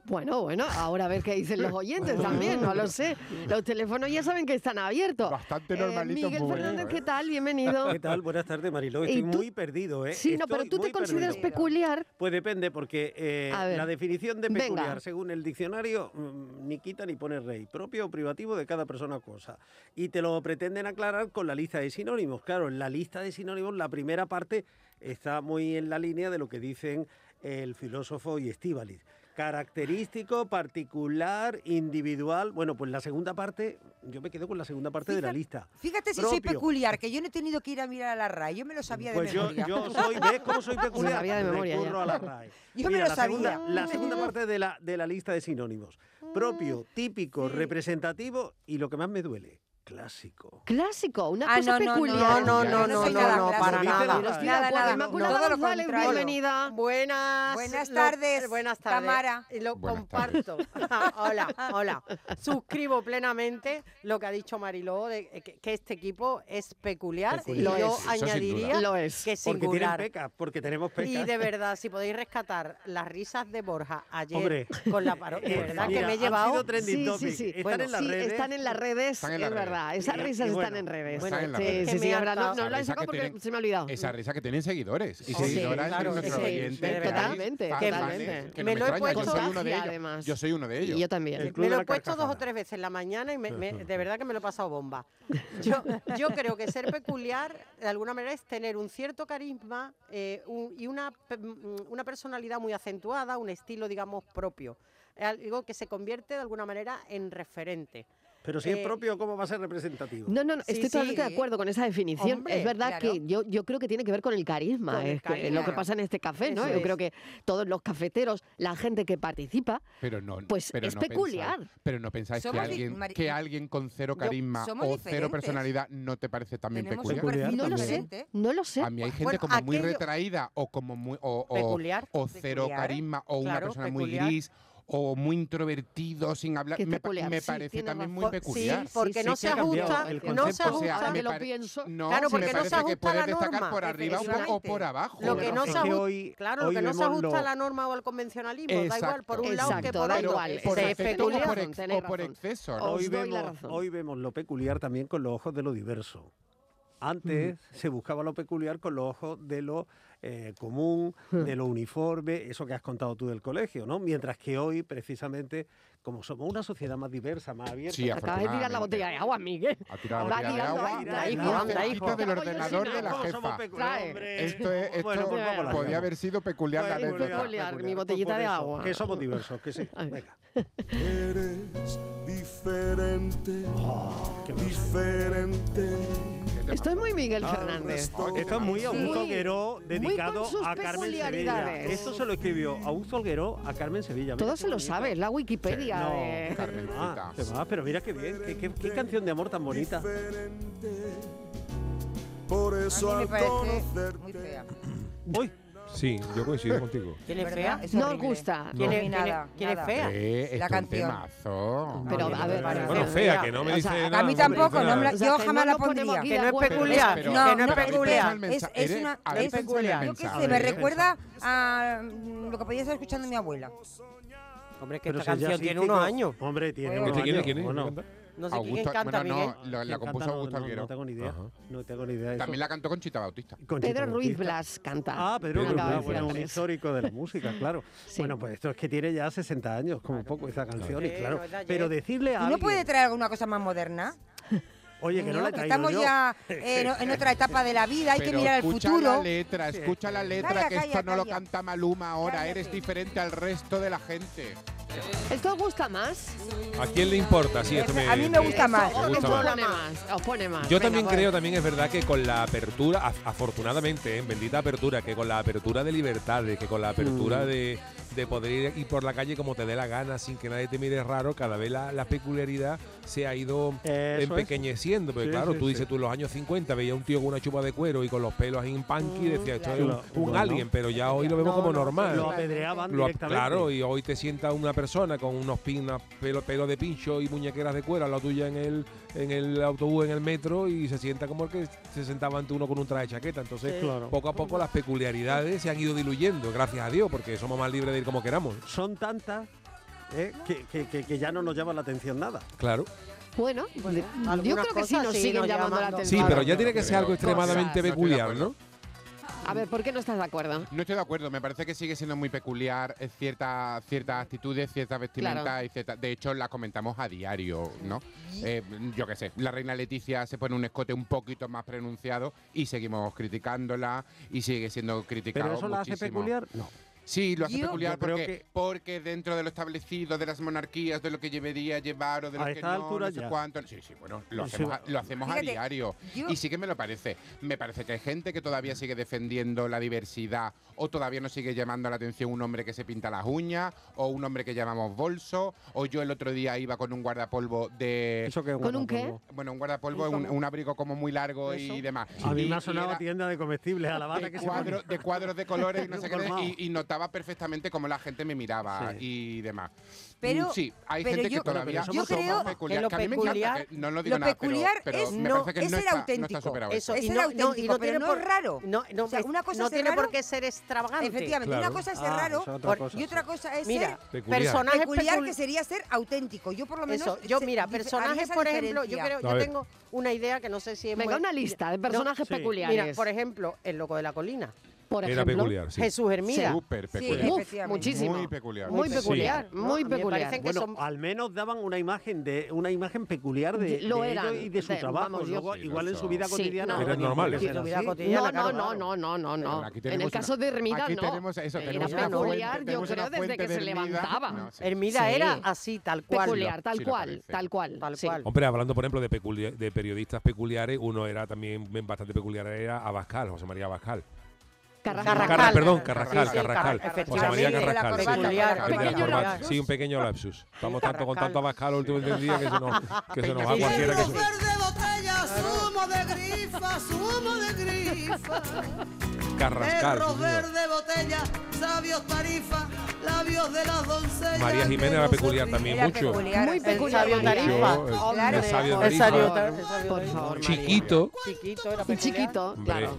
[SPEAKER 1] Bueno, bueno, ahora a ver qué dicen los oyentes también, no lo sé. Los teléfonos ya saben que están abiertos.
[SPEAKER 6] Bastante
[SPEAKER 1] Eh,
[SPEAKER 6] normalito.
[SPEAKER 1] Miguel
[SPEAKER 6] muy
[SPEAKER 1] Fernández,
[SPEAKER 6] bueno,
[SPEAKER 1] ¿qué tal? Bienvenido.
[SPEAKER 7] ¿Qué tal? Buenas tardes, Mariló.
[SPEAKER 1] ¿Y
[SPEAKER 7] Estoy
[SPEAKER 1] tú?
[SPEAKER 7] muy perdido, ¿eh?
[SPEAKER 1] Sí, no,
[SPEAKER 7] Estoy
[SPEAKER 1] pero tú te
[SPEAKER 7] muy
[SPEAKER 1] consideras
[SPEAKER 7] perdido.
[SPEAKER 1] peculiar.
[SPEAKER 7] Pues depende, porque eh,
[SPEAKER 1] A ver.
[SPEAKER 7] la definición de
[SPEAKER 1] Venga.
[SPEAKER 7] peculiar, según el diccionario, mm, ni quita ni pone rey, propio o privativo de cada persona o cosa. Y te lo pretenden aclarar con la lista de sinónimos. Claro, en la lista de sinónimos, la primera parte está muy en la línea de lo que dicen el filósofo y Estíbaliz. Característico, particular, individual. Bueno, pues la segunda parte, yo me quedo con la segunda parte de la
[SPEAKER 2] Fíjate-
[SPEAKER 7] lista.
[SPEAKER 2] Fíjate si soy
[SPEAKER 7] Propio.
[SPEAKER 2] peculiar, que yo no he tenido que ir a mirar a la RAI, yo me lo sabía de
[SPEAKER 7] Pues yo,
[SPEAKER 2] memoria.
[SPEAKER 7] yo soy, ¿ves cómo soy peculiar?
[SPEAKER 1] sabía de memoria
[SPEAKER 7] Recurro
[SPEAKER 1] ya.
[SPEAKER 7] a la RAE.
[SPEAKER 2] Yo me lo
[SPEAKER 7] la
[SPEAKER 2] sabía.
[SPEAKER 7] Segunda, la segunda parte de la, de la lista de sinónimos.
[SPEAKER 3] Ah,
[SPEAKER 7] Propio, típico, representativo y lo que más me duele, clásico.
[SPEAKER 1] Clásico, una
[SPEAKER 2] Ah, no,
[SPEAKER 1] cosa
[SPEAKER 2] no, no,
[SPEAKER 1] peculiar.
[SPEAKER 6] no, no,
[SPEAKER 2] no, no, no, para
[SPEAKER 7] nada.
[SPEAKER 1] Estoy de
[SPEAKER 2] Nada,
[SPEAKER 1] acuerdo.
[SPEAKER 2] nada,
[SPEAKER 1] Inmaculada
[SPEAKER 2] no, todo lo
[SPEAKER 1] González,
[SPEAKER 2] contrario.
[SPEAKER 1] bienvenida.
[SPEAKER 3] Buenas.
[SPEAKER 2] Buenas
[SPEAKER 3] lo-
[SPEAKER 2] tardes,
[SPEAKER 3] buenas tardes.
[SPEAKER 2] Tamara.
[SPEAKER 3] Y Lo
[SPEAKER 6] Buenas tardes.
[SPEAKER 3] comparto. hola, hola. Suscribo plenamente lo que ha dicho Mariló, de que, que este equipo es peculiar. y
[SPEAKER 7] Peculiar.
[SPEAKER 3] yo
[SPEAKER 7] Eso
[SPEAKER 6] sin
[SPEAKER 3] añadiría
[SPEAKER 6] duda.
[SPEAKER 1] Lo es.
[SPEAKER 3] que es
[SPEAKER 7] Porque tienen
[SPEAKER 3] singular.
[SPEAKER 7] pecas, porque tenemos pecas.
[SPEAKER 3] Y de verdad, si podéis rescatar las risas de Borja ayer
[SPEAKER 7] Hombre.
[SPEAKER 3] con la parodia,
[SPEAKER 7] Eh,
[SPEAKER 3] de verdad
[SPEAKER 7] mira,
[SPEAKER 3] que me he
[SPEAKER 7] han
[SPEAKER 3] llevado
[SPEAKER 7] sido trending topic. Están
[SPEAKER 1] Bueno,
[SPEAKER 7] en las
[SPEAKER 1] sí,
[SPEAKER 7] redes.
[SPEAKER 1] están en las redes,
[SPEAKER 6] Están en las
[SPEAKER 1] es
[SPEAKER 6] redes.
[SPEAKER 1] verdad. Esas
[SPEAKER 7] Y- y
[SPEAKER 1] risas están
[SPEAKER 7] bueno,
[SPEAKER 1] en redes.
[SPEAKER 6] están en las
[SPEAKER 1] sí,
[SPEAKER 6] redes.
[SPEAKER 1] sí,
[SPEAKER 3] Es que
[SPEAKER 1] sí,
[SPEAKER 3] me
[SPEAKER 1] es verdad. No,
[SPEAKER 3] harta.
[SPEAKER 1] no lo he
[SPEAKER 6] Esa
[SPEAKER 1] sacado
[SPEAKER 6] que
[SPEAKER 1] porque
[SPEAKER 6] tienen-
[SPEAKER 1] se me ha olvidado.
[SPEAKER 6] Esa risa que tienen seguidores y
[SPEAKER 1] Oh, sí,
[SPEAKER 6] seguidoras
[SPEAKER 3] claro,
[SPEAKER 6] en nuestros
[SPEAKER 3] sí, sí,
[SPEAKER 6] oyentes.
[SPEAKER 3] de
[SPEAKER 6] que
[SPEAKER 3] verdad.
[SPEAKER 6] hay
[SPEAKER 1] Totalmente,
[SPEAKER 6] fans,
[SPEAKER 1] totalmente.
[SPEAKER 6] que
[SPEAKER 3] Me
[SPEAKER 6] no
[SPEAKER 3] lo he
[SPEAKER 6] extraña, yo
[SPEAKER 3] puesto-
[SPEAKER 6] soy uno de ellos.
[SPEAKER 1] además.
[SPEAKER 6] Yo soy uno de ellos.
[SPEAKER 1] Y yo también.
[SPEAKER 7] El club
[SPEAKER 3] Me
[SPEAKER 7] de
[SPEAKER 3] lo
[SPEAKER 7] la
[SPEAKER 3] he puesto dos o
[SPEAKER 7] carcajada.
[SPEAKER 3] tres veces en la mañana y me- me- de verdad que me lo he pasado bomba. Yo, yo creo que ser peculiar, de alguna manera, es tener un cierto carisma eh, un- y una, pe- mm, una personalidad muy acentuada, un estilo, digamos, propio. Es algo que se convierte, de alguna manera, en referente.
[SPEAKER 7] Pero si
[SPEAKER 3] Eh,
[SPEAKER 7] es propio, ¿cómo va a ser representativo?
[SPEAKER 1] No, no, no,
[SPEAKER 3] Sí,
[SPEAKER 1] estoy totalmente
[SPEAKER 3] sí.
[SPEAKER 1] de acuerdo con esa definición.
[SPEAKER 3] Hombre,
[SPEAKER 1] es
[SPEAKER 2] claro.
[SPEAKER 1] verdad que yo, yo creo que tiene que ver con el carisma,
[SPEAKER 3] Con el
[SPEAKER 1] es que- es lo que
[SPEAKER 3] carisma.
[SPEAKER 1] pasa en este café, ¿no?
[SPEAKER 3] Eso
[SPEAKER 1] yo
[SPEAKER 3] es.
[SPEAKER 1] creo que todos los cafeteros, la gente que participa,
[SPEAKER 6] Pero no,
[SPEAKER 1] Pues
[SPEAKER 6] pero
[SPEAKER 1] es
[SPEAKER 6] no pensáis-
[SPEAKER 1] peculiar.
[SPEAKER 6] pero no pensáis que
[SPEAKER 2] Somos di-
[SPEAKER 6] alguien,
[SPEAKER 2] Mari-
[SPEAKER 6] que alguien con cero
[SPEAKER 2] Yo-
[SPEAKER 6] carisma o
[SPEAKER 2] somos
[SPEAKER 6] cero
[SPEAKER 2] diferentes.
[SPEAKER 6] personalidad no te parece también
[SPEAKER 2] Tenemos
[SPEAKER 6] peculiar.
[SPEAKER 2] un perfil
[SPEAKER 1] no lo sé,
[SPEAKER 2] diferente.
[SPEAKER 1] no lo sé.
[SPEAKER 6] A mí hay gente
[SPEAKER 3] Bueno,
[SPEAKER 6] como muy
[SPEAKER 3] aquello-
[SPEAKER 6] retraída o como muy o, o-
[SPEAKER 3] Peculiar.
[SPEAKER 6] o cero
[SPEAKER 2] Peculiar,
[SPEAKER 6] carisma o una
[SPEAKER 3] claro,
[SPEAKER 6] persona
[SPEAKER 3] peculiar.
[SPEAKER 6] muy gris o muy introvertido sin hablar.
[SPEAKER 1] Que es
[SPEAKER 6] Me, pa-
[SPEAKER 1] peculiar,
[SPEAKER 6] me
[SPEAKER 1] sí,
[SPEAKER 6] parece
[SPEAKER 1] tienes
[SPEAKER 6] también muy
[SPEAKER 1] razón.
[SPEAKER 6] peculiar.
[SPEAKER 3] Sí, porque
[SPEAKER 1] sí,
[SPEAKER 3] no
[SPEAKER 1] sí,
[SPEAKER 3] se
[SPEAKER 1] ha cambiado
[SPEAKER 3] ajusta,
[SPEAKER 7] el
[SPEAKER 3] no se
[SPEAKER 7] concepto,
[SPEAKER 6] o sea,
[SPEAKER 3] ajusta.
[SPEAKER 1] me
[SPEAKER 6] me
[SPEAKER 1] lo
[SPEAKER 6] pare-
[SPEAKER 1] pienso.
[SPEAKER 6] No,
[SPEAKER 3] Claro,
[SPEAKER 6] si me
[SPEAKER 3] porque no se
[SPEAKER 6] parece que
[SPEAKER 3] ajusta
[SPEAKER 6] puedes
[SPEAKER 3] a la
[SPEAKER 6] destacar
[SPEAKER 3] norma,
[SPEAKER 6] por arriba un po- o
[SPEAKER 2] efectivamente.
[SPEAKER 6] por abajo.
[SPEAKER 3] Lo que
[SPEAKER 1] Joder,
[SPEAKER 3] no
[SPEAKER 1] es
[SPEAKER 3] se
[SPEAKER 7] que
[SPEAKER 3] ajusta,
[SPEAKER 7] hoy-
[SPEAKER 3] claro, lo
[SPEAKER 7] hoy
[SPEAKER 3] que no se
[SPEAKER 7] vemos
[SPEAKER 3] ajusta a
[SPEAKER 7] lo-
[SPEAKER 3] la norma o al convencionalismo, da igual, por un lado que
[SPEAKER 1] Exacto,
[SPEAKER 3] por
[SPEAKER 1] da
[SPEAKER 3] otro.
[SPEAKER 1] igual,
[SPEAKER 6] por
[SPEAKER 1] se
[SPEAKER 3] Se
[SPEAKER 6] defecto o
[SPEAKER 3] peculiar.
[SPEAKER 6] por,
[SPEAKER 1] razón,
[SPEAKER 6] ex-
[SPEAKER 1] tenéis
[SPEAKER 6] o por
[SPEAKER 1] razón.
[SPEAKER 6] exceso, ¿no?
[SPEAKER 1] Os
[SPEAKER 7] hoy,
[SPEAKER 1] doy la
[SPEAKER 7] vemos,
[SPEAKER 1] razón.
[SPEAKER 7] hoy vemos lo peculiar también con los ojos de lo diverso. Antes
[SPEAKER 1] Mm.
[SPEAKER 7] se buscaba lo peculiar con los ojos de lo eh, común, de lo uniforme, eso que has contado tú del colegio, ¿no? Mientras que hoy, precisamente, como somos una sociedad más diversa, más abierta,
[SPEAKER 6] Sí,
[SPEAKER 1] Acabas de tirar la
[SPEAKER 6] afortunadamente.
[SPEAKER 1] botella de agua, Miguel.
[SPEAKER 6] A tirar
[SPEAKER 1] Va
[SPEAKER 6] la botella de
[SPEAKER 1] tirando,
[SPEAKER 6] agua.
[SPEAKER 1] ahí está, hijo,
[SPEAKER 6] la
[SPEAKER 1] anda,
[SPEAKER 6] cerquita
[SPEAKER 1] hijo.
[SPEAKER 6] del
[SPEAKER 1] Te voy a
[SPEAKER 6] ordenador de
[SPEAKER 1] enseñar
[SPEAKER 6] la
[SPEAKER 1] cómo
[SPEAKER 6] jefa.
[SPEAKER 1] Trae.
[SPEAKER 6] Esto, es, esto
[SPEAKER 7] Bueno, pues vamos a la
[SPEAKER 6] podía
[SPEAKER 7] cama.
[SPEAKER 6] haber sido peculiar la
[SPEAKER 7] Bueno,
[SPEAKER 6] anécdota.
[SPEAKER 7] peculiar,
[SPEAKER 1] mi
[SPEAKER 7] peculiar,
[SPEAKER 1] botellita
[SPEAKER 7] pues por
[SPEAKER 1] de
[SPEAKER 7] eso,
[SPEAKER 1] agua.
[SPEAKER 7] Que somos diversos, que sí.
[SPEAKER 1] A ver.
[SPEAKER 7] Venga.
[SPEAKER 5] Eres diferente,
[SPEAKER 7] Ah,
[SPEAKER 5] diferente.
[SPEAKER 1] Esto es muy Miguel Fernández.
[SPEAKER 7] Esto es muy Augusto
[SPEAKER 1] Muy-
[SPEAKER 7] Alguero dedicado
[SPEAKER 1] muy con sus
[SPEAKER 7] a Carmen Sevilla.
[SPEAKER 1] peculiaridades.
[SPEAKER 7] Esto se lo escribió Augusto Alguero a Carmen Sevilla. Mira
[SPEAKER 1] Todo
[SPEAKER 7] qué
[SPEAKER 1] se lo
[SPEAKER 7] bonito.
[SPEAKER 1] sabe, es la Wikipedia.
[SPEAKER 7] No,
[SPEAKER 1] de-
[SPEAKER 7] Carmen,
[SPEAKER 6] Carmencita.
[SPEAKER 7] ah, se va, pero mira qué bien, qué, qué- qué canción de amor tan bonita.
[SPEAKER 5] Diferente. Por eso
[SPEAKER 2] a mí me
[SPEAKER 5] al
[SPEAKER 2] parece muy
[SPEAKER 5] conocerte.
[SPEAKER 2] fea.
[SPEAKER 7] Uy,
[SPEAKER 4] Sí, yo coincido contigo.
[SPEAKER 3] ¿Quién es
[SPEAKER 2] ¿verdad?
[SPEAKER 3] fea?
[SPEAKER 2] Es
[SPEAKER 1] No os
[SPEAKER 2] horrible.
[SPEAKER 1] gusta.
[SPEAKER 4] No.
[SPEAKER 2] A mí
[SPEAKER 3] ¿Quién es-
[SPEAKER 2] nada,
[SPEAKER 3] quién es
[SPEAKER 2] nada.
[SPEAKER 3] fea?
[SPEAKER 6] Eh,
[SPEAKER 2] La
[SPEAKER 6] esto es un
[SPEAKER 2] canción.
[SPEAKER 6] temazo.
[SPEAKER 1] Pero,
[SPEAKER 7] mí no
[SPEAKER 1] a
[SPEAKER 7] me
[SPEAKER 1] ver,
[SPEAKER 7] parece.
[SPEAKER 4] Bueno, fea, que no me
[SPEAKER 1] O sea,
[SPEAKER 7] eh,
[SPEAKER 4] dice
[SPEAKER 1] a
[SPEAKER 4] nada.
[SPEAKER 2] mí
[SPEAKER 4] no me dice
[SPEAKER 2] tampoco, no me
[SPEAKER 4] nada.
[SPEAKER 2] la- Yo jamás la
[SPEAKER 1] nos ponemos
[SPEAKER 2] pondría.
[SPEAKER 1] aquí
[SPEAKER 3] Que
[SPEAKER 1] de
[SPEAKER 3] no es
[SPEAKER 1] acuerdo.
[SPEAKER 3] peculiar.
[SPEAKER 6] Pero-
[SPEAKER 2] No,
[SPEAKER 3] que no es
[SPEAKER 2] pero-
[SPEAKER 3] peculiar.
[SPEAKER 2] Es,
[SPEAKER 6] mensaje,
[SPEAKER 2] es
[SPEAKER 6] eres-
[SPEAKER 2] una.
[SPEAKER 6] habéis
[SPEAKER 2] Es,
[SPEAKER 6] pensado en el
[SPEAKER 2] yo qué
[SPEAKER 6] mensaje.
[SPEAKER 2] sé, me recuerda a mm, lo que podía estar escuchando mi abuela.
[SPEAKER 3] Hombre, es que
[SPEAKER 7] Pero
[SPEAKER 3] esta
[SPEAKER 7] si ya
[SPEAKER 3] canción
[SPEAKER 7] existe
[SPEAKER 3] tiene unos
[SPEAKER 7] co-
[SPEAKER 3] años.
[SPEAKER 7] Hombre, tiene
[SPEAKER 2] Bueno.
[SPEAKER 7] unos
[SPEAKER 4] ¿Este quién es?
[SPEAKER 7] años.
[SPEAKER 4] ¿Quién es?
[SPEAKER 7] Bueno,
[SPEAKER 4] ¿Quién canta?
[SPEAKER 3] No sé quién
[SPEAKER 6] Augusto-
[SPEAKER 3] canta,
[SPEAKER 6] bueno,
[SPEAKER 3] Miguel.
[SPEAKER 6] no, la, la
[SPEAKER 7] ¿quién
[SPEAKER 6] compuso
[SPEAKER 7] canta? No-
[SPEAKER 6] Augusto
[SPEAKER 7] no-
[SPEAKER 6] Alguero.
[SPEAKER 7] No tengo ni idea.
[SPEAKER 4] Ajá.
[SPEAKER 7] No tengo ni idea de
[SPEAKER 6] También
[SPEAKER 7] eso.
[SPEAKER 6] la cantó Conchita Bautista.
[SPEAKER 7] Conchita
[SPEAKER 1] Pedro Ruiz
[SPEAKER 7] Bautista.
[SPEAKER 1] Blas canta.
[SPEAKER 7] Ah, Pedro
[SPEAKER 1] Me
[SPEAKER 7] Ruiz
[SPEAKER 1] acaba de
[SPEAKER 7] Blas,
[SPEAKER 1] decir
[SPEAKER 7] bueno, un
[SPEAKER 1] Andrés.
[SPEAKER 7] histórico de la música, claro.
[SPEAKER 1] Sí.
[SPEAKER 7] Bueno, pues esto es que tiene ya 60 años, como poco, esa canción, y
[SPEAKER 3] Sí,
[SPEAKER 7] claro.
[SPEAKER 3] no es de ayer.
[SPEAKER 7] Pero decirle a
[SPEAKER 2] ¿Y no
[SPEAKER 7] alguien,
[SPEAKER 2] puede traer alguna cosa más moderna?
[SPEAKER 7] oye, que no, la he
[SPEAKER 2] que
[SPEAKER 7] traído
[SPEAKER 2] estamos
[SPEAKER 7] yo.
[SPEAKER 2] ya eh, no- en otra etapa de la vida, hay que
[SPEAKER 6] Pero
[SPEAKER 2] mirar al
[SPEAKER 6] escucha
[SPEAKER 2] futuro.
[SPEAKER 6] la letra, escucha la letra,
[SPEAKER 2] Calla,
[SPEAKER 6] que esto
[SPEAKER 2] calla,
[SPEAKER 6] no lo
[SPEAKER 2] calla.
[SPEAKER 6] canta Maluma ahora,
[SPEAKER 2] Cállate.
[SPEAKER 6] eres diferente al resto de la gente.
[SPEAKER 1] ¿Esto os gusta más?
[SPEAKER 4] ¿A quién le importa? Sí, esto me-
[SPEAKER 2] A mí me gusta más.
[SPEAKER 1] ¿O
[SPEAKER 4] Me gusta
[SPEAKER 1] os
[SPEAKER 4] más.
[SPEAKER 1] pone más? ¿Os pone más?
[SPEAKER 4] Yo
[SPEAKER 1] Venga,
[SPEAKER 4] también
[SPEAKER 1] pues.
[SPEAKER 4] creo, también es verdad que con la apertura, af- afortunadamente, en bendita apertura, que con la apertura de libertades, que con la apertura
[SPEAKER 2] Mm.
[SPEAKER 4] de, de poder ir, ir por la calle como te dé la gana, sin que nadie te mire raro, cada vez la, la peculiaridad se ha ido
[SPEAKER 7] Eso es.
[SPEAKER 4] empequeñeciendo. Porque
[SPEAKER 7] Sí,
[SPEAKER 4] claro,
[SPEAKER 7] sí,
[SPEAKER 4] tú
[SPEAKER 7] sí.
[SPEAKER 4] dices, tú en los años 50 veía un tío con una chupa de cuero y con los pelos ahí en punky y decía, esto
[SPEAKER 7] claro.
[SPEAKER 4] es un, un
[SPEAKER 7] Bueno.
[SPEAKER 4] alien, pero ya hoy lo vemos
[SPEAKER 3] No,
[SPEAKER 4] como
[SPEAKER 3] no,
[SPEAKER 4] normal.
[SPEAKER 7] Lo apedreaban
[SPEAKER 4] Lo-
[SPEAKER 7] directamente.
[SPEAKER 4] claro, y hoy te sienta una persona con unos pinas, pelo, pelo de pincho y muñequeras de cuero, la tuya en el, en el autobús, en el metro, y se sienta como el que se sentaba ante uno con un traje de chaqueta. Entonces,
[SPEAKER 7] Sí. Claro.
[SPEAKER 4] poco a poco las peculiaridades se han ido diluyendo, gracias a Dios, porque somos más libres de ir como queramos.
[SPEAKER 7] Son tantas eh, que, que- que- que ya no nos llama la atención nada.
[SPEAKER 4] Claro.
[SPEAKER 1] Bueno,
[SPEAKER 3] Bueno,
[SPEAKER 1] yo- yo
[SPEAKER 3] algunas
[SPEAKER 1] creo que sí
[SPEAKER 3] cosas
[SPEAKER 1] nos
[SPEAKER 3] sí
[SPEAKER 1] siguen
[SPEAKER 3] nos
[SPEAKER 1] llamando la
[SPEAKER 3] llaman.
[SPEAKER 4] Sí,
[SPEAKER 1] atención.
[SPEAKER 4] pero ya tiene que ser algo
[SPEAKER 6] Cosas.
[SPEAKER 4] extremadamente
[SPEAKER 6] No estoy de
[SPEAKER 4] peculiar,
[SPEAKER 6] acuerdo.
[SPEAKER 4] ¿no?
[SPEAKER 1] A ver, ¿por qué no estás de acuerdo?
[SPEAKER 6] No estoy de acuerdo, me parece que sigue siendo muy peculiar eh, cierta- ciertas actitudes, ciertas vestimentas
[SPEAKER 1] Claro.
[SPEAKER 6] y ciertas. De hecho, las comentamos a diario, ¿no? Eh, yo qué sé, la reina Leticia se pone un escote un poquito más pronunciado y seguimos criticándola y sigue siendo criticado.
[SPEAKER 7] Pero eso la hace
[SPEAKER 6] muchísimo.
[SPEAKER 7] peculiar. No.
[SPEAKER 6] Sí, lo hace
[SPEAKER 2] Yo-
[SPEAKER 6] peculiar
[SPEAKER 7] Yo creo
[SPEAKER 6] porque,
[SPEAKER 7] que-
[SPEAKER 6] porque dentro de lo establecido, de las monarquías, de lo que debería llevar o de lo
[SPEAKER 7] A
[SPEAKER 6] que
[SPEAKER 7] esta
[SPEAKER 6] no,
[SPEAKER 7] altura
[SPEAKER 6] no sé
[SPEAKER 7] ya.
[SPEAKER 6] cuánto. Sí, sí, bueno, lo
[SPEAKER 7] Sí,
[SPEAKER 6] hacemos, a,
[SPEAKER 7] va-
[SPEAKER 6] lo hacemos a
[SPEAKER 2] Fíjate,
[SPEAKER 6] diario.
[SPEAKER 2] yo-
[SPEAKER 6] Y sí que me lo parece. Me parece que hay gente que todavía sigue defendiendo la diversidad o todavía no sigue llamando la atención un hombre que se pinta las uñas o un hombre que llamamos bolso o yo el otro día iba con un guardapolvo de...
[SPEAKER 7] Eso que es
[SPEAKER 1] ¿Con un
[SPEAKER 7] guardapolvo.
[SPEAKER 6] Bueno, un guardapolvo, un, un abrigo como muy largo y
[SPEAKER 7] Eso.
[SPEAKER 6] demás.
[SPEAKER 7] A mí
[SPEAKER 6] Y-
[SPEAKER 7] me
[SPEAKER 6] y
[SPEAKER 7] ha sonado
[SPEAKER 6] era-
[SPEAKER 7] tienda de comestibles, a la bata
[SPEAKER 6] de,
[SPEAKER 7] que
[SPEAKER 6] cuadro-
[SPEAKER 7] se pone.
[SPEAKER 6] de cuadros de colores y no sé qué,
[SPEAKER 7] Colmao.
[SPEAKER 6] y, y notaba perfectamente cómo la gente me miraba
[SPEAKER 7] Sí.
[SPEAKER 6] y demás.
[SPEAKER 2] Pero-
[SPEAKER 6] Mm, sí, hay
[SPEAKER 2] pero
[SPEAKER 6] gente
[SPEAKER 2] yo-
[SPEAKER 6] que todavía
[SPEAKER 7] Bueno, pero
[SPEAKER 6] yo
[SPEAKER 7] somos
[SPEAKER 6] creo
[SPEAKER 7] humanos.
[SPEAKER 6] peculiar,
[SPEAKER 3] Que lo
[SPEAKER 6] que a mí me encanta,
[SPEAKER 3] peculiar-
[SPEAKER 6] que no lo digo
[SPEAKER 2] lo
[SPEAKER 6] nada, pero,
[SPEAKER 2] peculiar
[SPEAKER 6] pero
[SPEAKER 2] es-
[SPEAKER 6] me
[SPEAKER 2] no,
[SPEAKER 6] parece que
[SPEAKER 2] es
[SPEAKER 6] no
[SPEAKER 2] el
[SPEAKER 6] está, no
[SPEAKER 2] auténtico.
[SPEAKER 6] está superado
[SPEAKER 3] Eso,
[SPEAKER 6] eso.
[SPEAKER 2] Es
[SPEAKER 3] y
[SPEAKER 2] el
[SPEAKER 3] no,
[SPEAKER 2] auténtico,
[SPEAKER 3] no, y no
[SPEAKER 2] pero
[SPEAKER 3] tiene
[SPEAKER 2] no
[SPEAKER 3] por,
[SPEAKER 2] es raro.
[SPEAKER 3] No, no,
[SPEAKER 2] O sea, una cosa
[SPEAKER 3] no
[SPEAKER 2] es ser
[SPEAKER 3] tiene por
[SPEAKER 2] raro,
[SPEAKER 3] qué ser extravagante.
[SPEAKER 2] Efectivamente,
[SPEAKER 4] Claro.
[SPEAKER 2] una cosa es ser
[SPEAKER 7] Ah,
[SPEAKER 2] raro
[SPEAKER 7] eso es otra
[SPEAKER 3] por-
[SPEAKER 7] cosa,
[SPEAKER 2] y otra
[SPEAKER 7] sí.
[SPEAKER 2] cosa es
[SPEAKER 3] Mira,
[SPEAKER 2] ser
[SPEAKER 4] Peculiar.
[SPEAKER 3] personajes
[SPEAKER 2] peculiar,
[SPEAKER 3] pecul-
[SPEAKER 2] que sería ser auténtico. Yo por lo menos...
[SPEAKER 3] Eso, yo
[SPEAKER 2] se-
[SPEAKER 3] mira,
[SPEAKER 2] dif- haría
[SPEAKER 3] personajes,
[SPEAKER 2] esa
[SPEAKER 3] por ejemplo, yo
[SPEAKER 2] diferencia.
[SPEAKER 3] creo,
[SPEAKER 4] A
[SPEAKER 3] yo
[SPEAKER 4] ver.
[SPEAKER 3] tengo una idea que no sé si es
[SPEAKER 1] Venga,
[SPEAKER 3] muy-
[SPEAKER 1] una lista de personajes
[SPEAKER 7] sí.
[SPEAKER 1] peculiares.
[SPEAKER 3] Mira, por ejemplo, el loco de la colina,
[SPEAKER 1] Por
[SPEAKER 4] Era
[SPEAKER 1] ejemplo.
[SPEAKER 4] peculiar, sí.
[SPEAKER 3] Jesús Hermida.
[SPEAKER 6] Súper
[SPEAKER 2] Sí,
[SPEAKER 6] peculiar.
[SPEAKER 1] Uf,
[SPEAKER 2] efectivamente.
[SPEAKER 1] muchísimo.
[SPEAKER 6] Muy peculiar.
[SPEAKER 1] Muy
[SPEAKER 6] Sí.
[SPEAKER 1] peculiar,
[SPEAKER 3] ¿no?
[SPEAKER 1] muy
[SPEAKER 3] A mí me
[SPEAKER 1] peculiar.
[SPEAKER 3] parecen que
[SPEAKER 7] Bueno,
[SPEAKER 3] son-
[SPEAKER 7] al menos daban una imagen de una imagen peculiar de,
[SPEAKER 1] Lo
[SPEAKER 7] de
[SPEAKER 1] eran,
[SPEAKER 7] ellos y de su
[SPEAKER 1] de-
[SPEAKER 7] trabajo.
[SPEAKER 1] vamos, yo-
[SPEAKER 7] Luego,
[SPEAKER 6] Sí,
[SPEAKER 7] igual en
[SPEAKER 6] eso-
[SPEAKER 7] su vida
[SPEAKER 1] Sí,
[SPEAKER 7] cotidiana.
[SPEAKER 1] no.
[SPEAKER 7] no
[SPEAKER 4] Eran
[SPEAKER 7] tenía
[SPEAKER 4] normales.
[SPEAKER 7] que ser
[SPEAKER 3] En su vida
[SPEAKER 7] así.
[SPEAKER 3] cotidiana,
[SPEAKER 1] No, no,
[SPEAKER 3] claro,
[SPEAKER 1] no,
[SPEAKER 3] claro.
[SPEAKER 1] no, no, no,
[SPEAKER 6] Pero
[SPEAKER 1] no.
[SPEAKER 6] aquí
[SPEAKER 1] En el
[SPEAKER 6] tenemos
[SPEAKER 1] caso
[SPEAKER 6] una-
[SPEAKER 1] de Hermida,
[SPEAKER 6] aquí
[SPEAKER 1] no.
[SPEAKER 6] tenemos eso,
[SPEAKER 1] Era
[SPEAKER 6] tenemos una
[SPEAKER 1] peculiar,
[SPEAKER 6] fuente-
[SPEAKER 1] yo
[SPEAKER 6] tenemos
[SPEAKER 1] creo,
[SPEAKER 6] una
[SPEAKER 1] desde
[SPEAKER 6] fuente
[SPEAKER 1] que
[SPEAKER 6] de
[SPEAKER 1] se
[SPEAKER 6] Hermida.
[SPEAKER 1] levantaba.
[SPEAKER 6] No, sí.
[SPEAKER 3] Hermida
[SPEAKER 1] Sí.
[SPEAKER 3] era así, tal cual.
[SPEAKER 1] Peculiar, tal
[SPEAKER 6] Sí lo
[SPEAKER 1] cual,
[SPEAKER 6] parece.
[SPEAKER 1] tal cual.
[SPEAKER 3] Tal
[SPEAKER 1] sí.
[SPEAKER 3] cual.
[SPEAKER 4] Hombre, hablando, por ejemplo, de, peculi- de periodistas peculiares, uno era también bastante peculiar, era Abascal, José María Abascal.
[SPEAKER 1] Carrascal.
[SPEAKER 3] Carrascal.
[SPEAKER 4] Carra- perdón,
[SPEAKER 6] Carrascal.
[SPEAKER 4] Carrascal,
[SPEAKER 6] Sí, sí,
[SPEAKER 4] Carrascal.
[SPEAKER 3] Carrascal.
[SPEAKER 4] José María
[SPEAKER 2] Efectivamente, la
[SPEAKER 4] Carrascal.
[SPEAKER 2] corbata,
[SPEAKER 4] sí,
[SPEAKER 2] la
[SPEAKER 4] Carrascal,
[SPEAKER 2] corbata.
[SPEAKER 4] la
[SPEAKER 1] Pequeño
[SPEAKER 4] corbata.
[SPEAKER 1] lapsus.
[SPEAKER 4] Sí, un pequeño lapsus. Estamos tanto con
[SPEAKER 3] Carrascal.
[SPEAKER 4] tanto Abascal el último día que se nos, que se nos
[SPEAKER 3] Peña-
[SPEAKER 4] va a cualquiera que se-
[SPEAKER 8] de botella, zumo de grifa, zumo de grifa.
[SPEAKER 4] Carrascal.
[SPEAKER 8] Perros
[SPEAKER 4] sí,
[SPEAKER 8] verde botella, sabios tarifa, labios de las doncellas.
[SPEAKER 4] señor. María Jiménez
[SPEAKER 8] que
[SPEAKER 4] era
[SPEAKER 8] no
[SPEAKER 4] peculiar
[SPEAKER 8] se
[SPEAKER 4] también,
[SPEAKER 2] Era
[SPEAKER 4] mucho.
[SPEAKER 2] peculiar.
[SPEAKER 1] Muy
[SPEAKER 2] El
[SPEAKER 1] peculiar,
[SPEAKER 2] sabio
[SPEAKER 1] María.
[SPEAKER 2] tarifa.
[SPEAKER 4] Yo, eh,
[SPEAKER 2] Claro.
[SPEAKER 4] el sabio
[SPEAKER 3] El
[SPEAKER 4] de
[SPEAKER 3] sabio
[SPEAKER 4] Rifa.
[SPEAKER 3] tar- el sabio
[SPEAKER 1] Por
[SPEAKER 3] de-
[SPEAKER 1] favor,
[SPEAKER 4] Chiquito.
[SPEAKER 3] Chiquito era
[SPEAKER 1] Y
[SPEAKER 3] peculiar.
[SPEAKER 1] chiquito,
[SPEAKER 4] Hombre,
[SPEAKER 1] claro.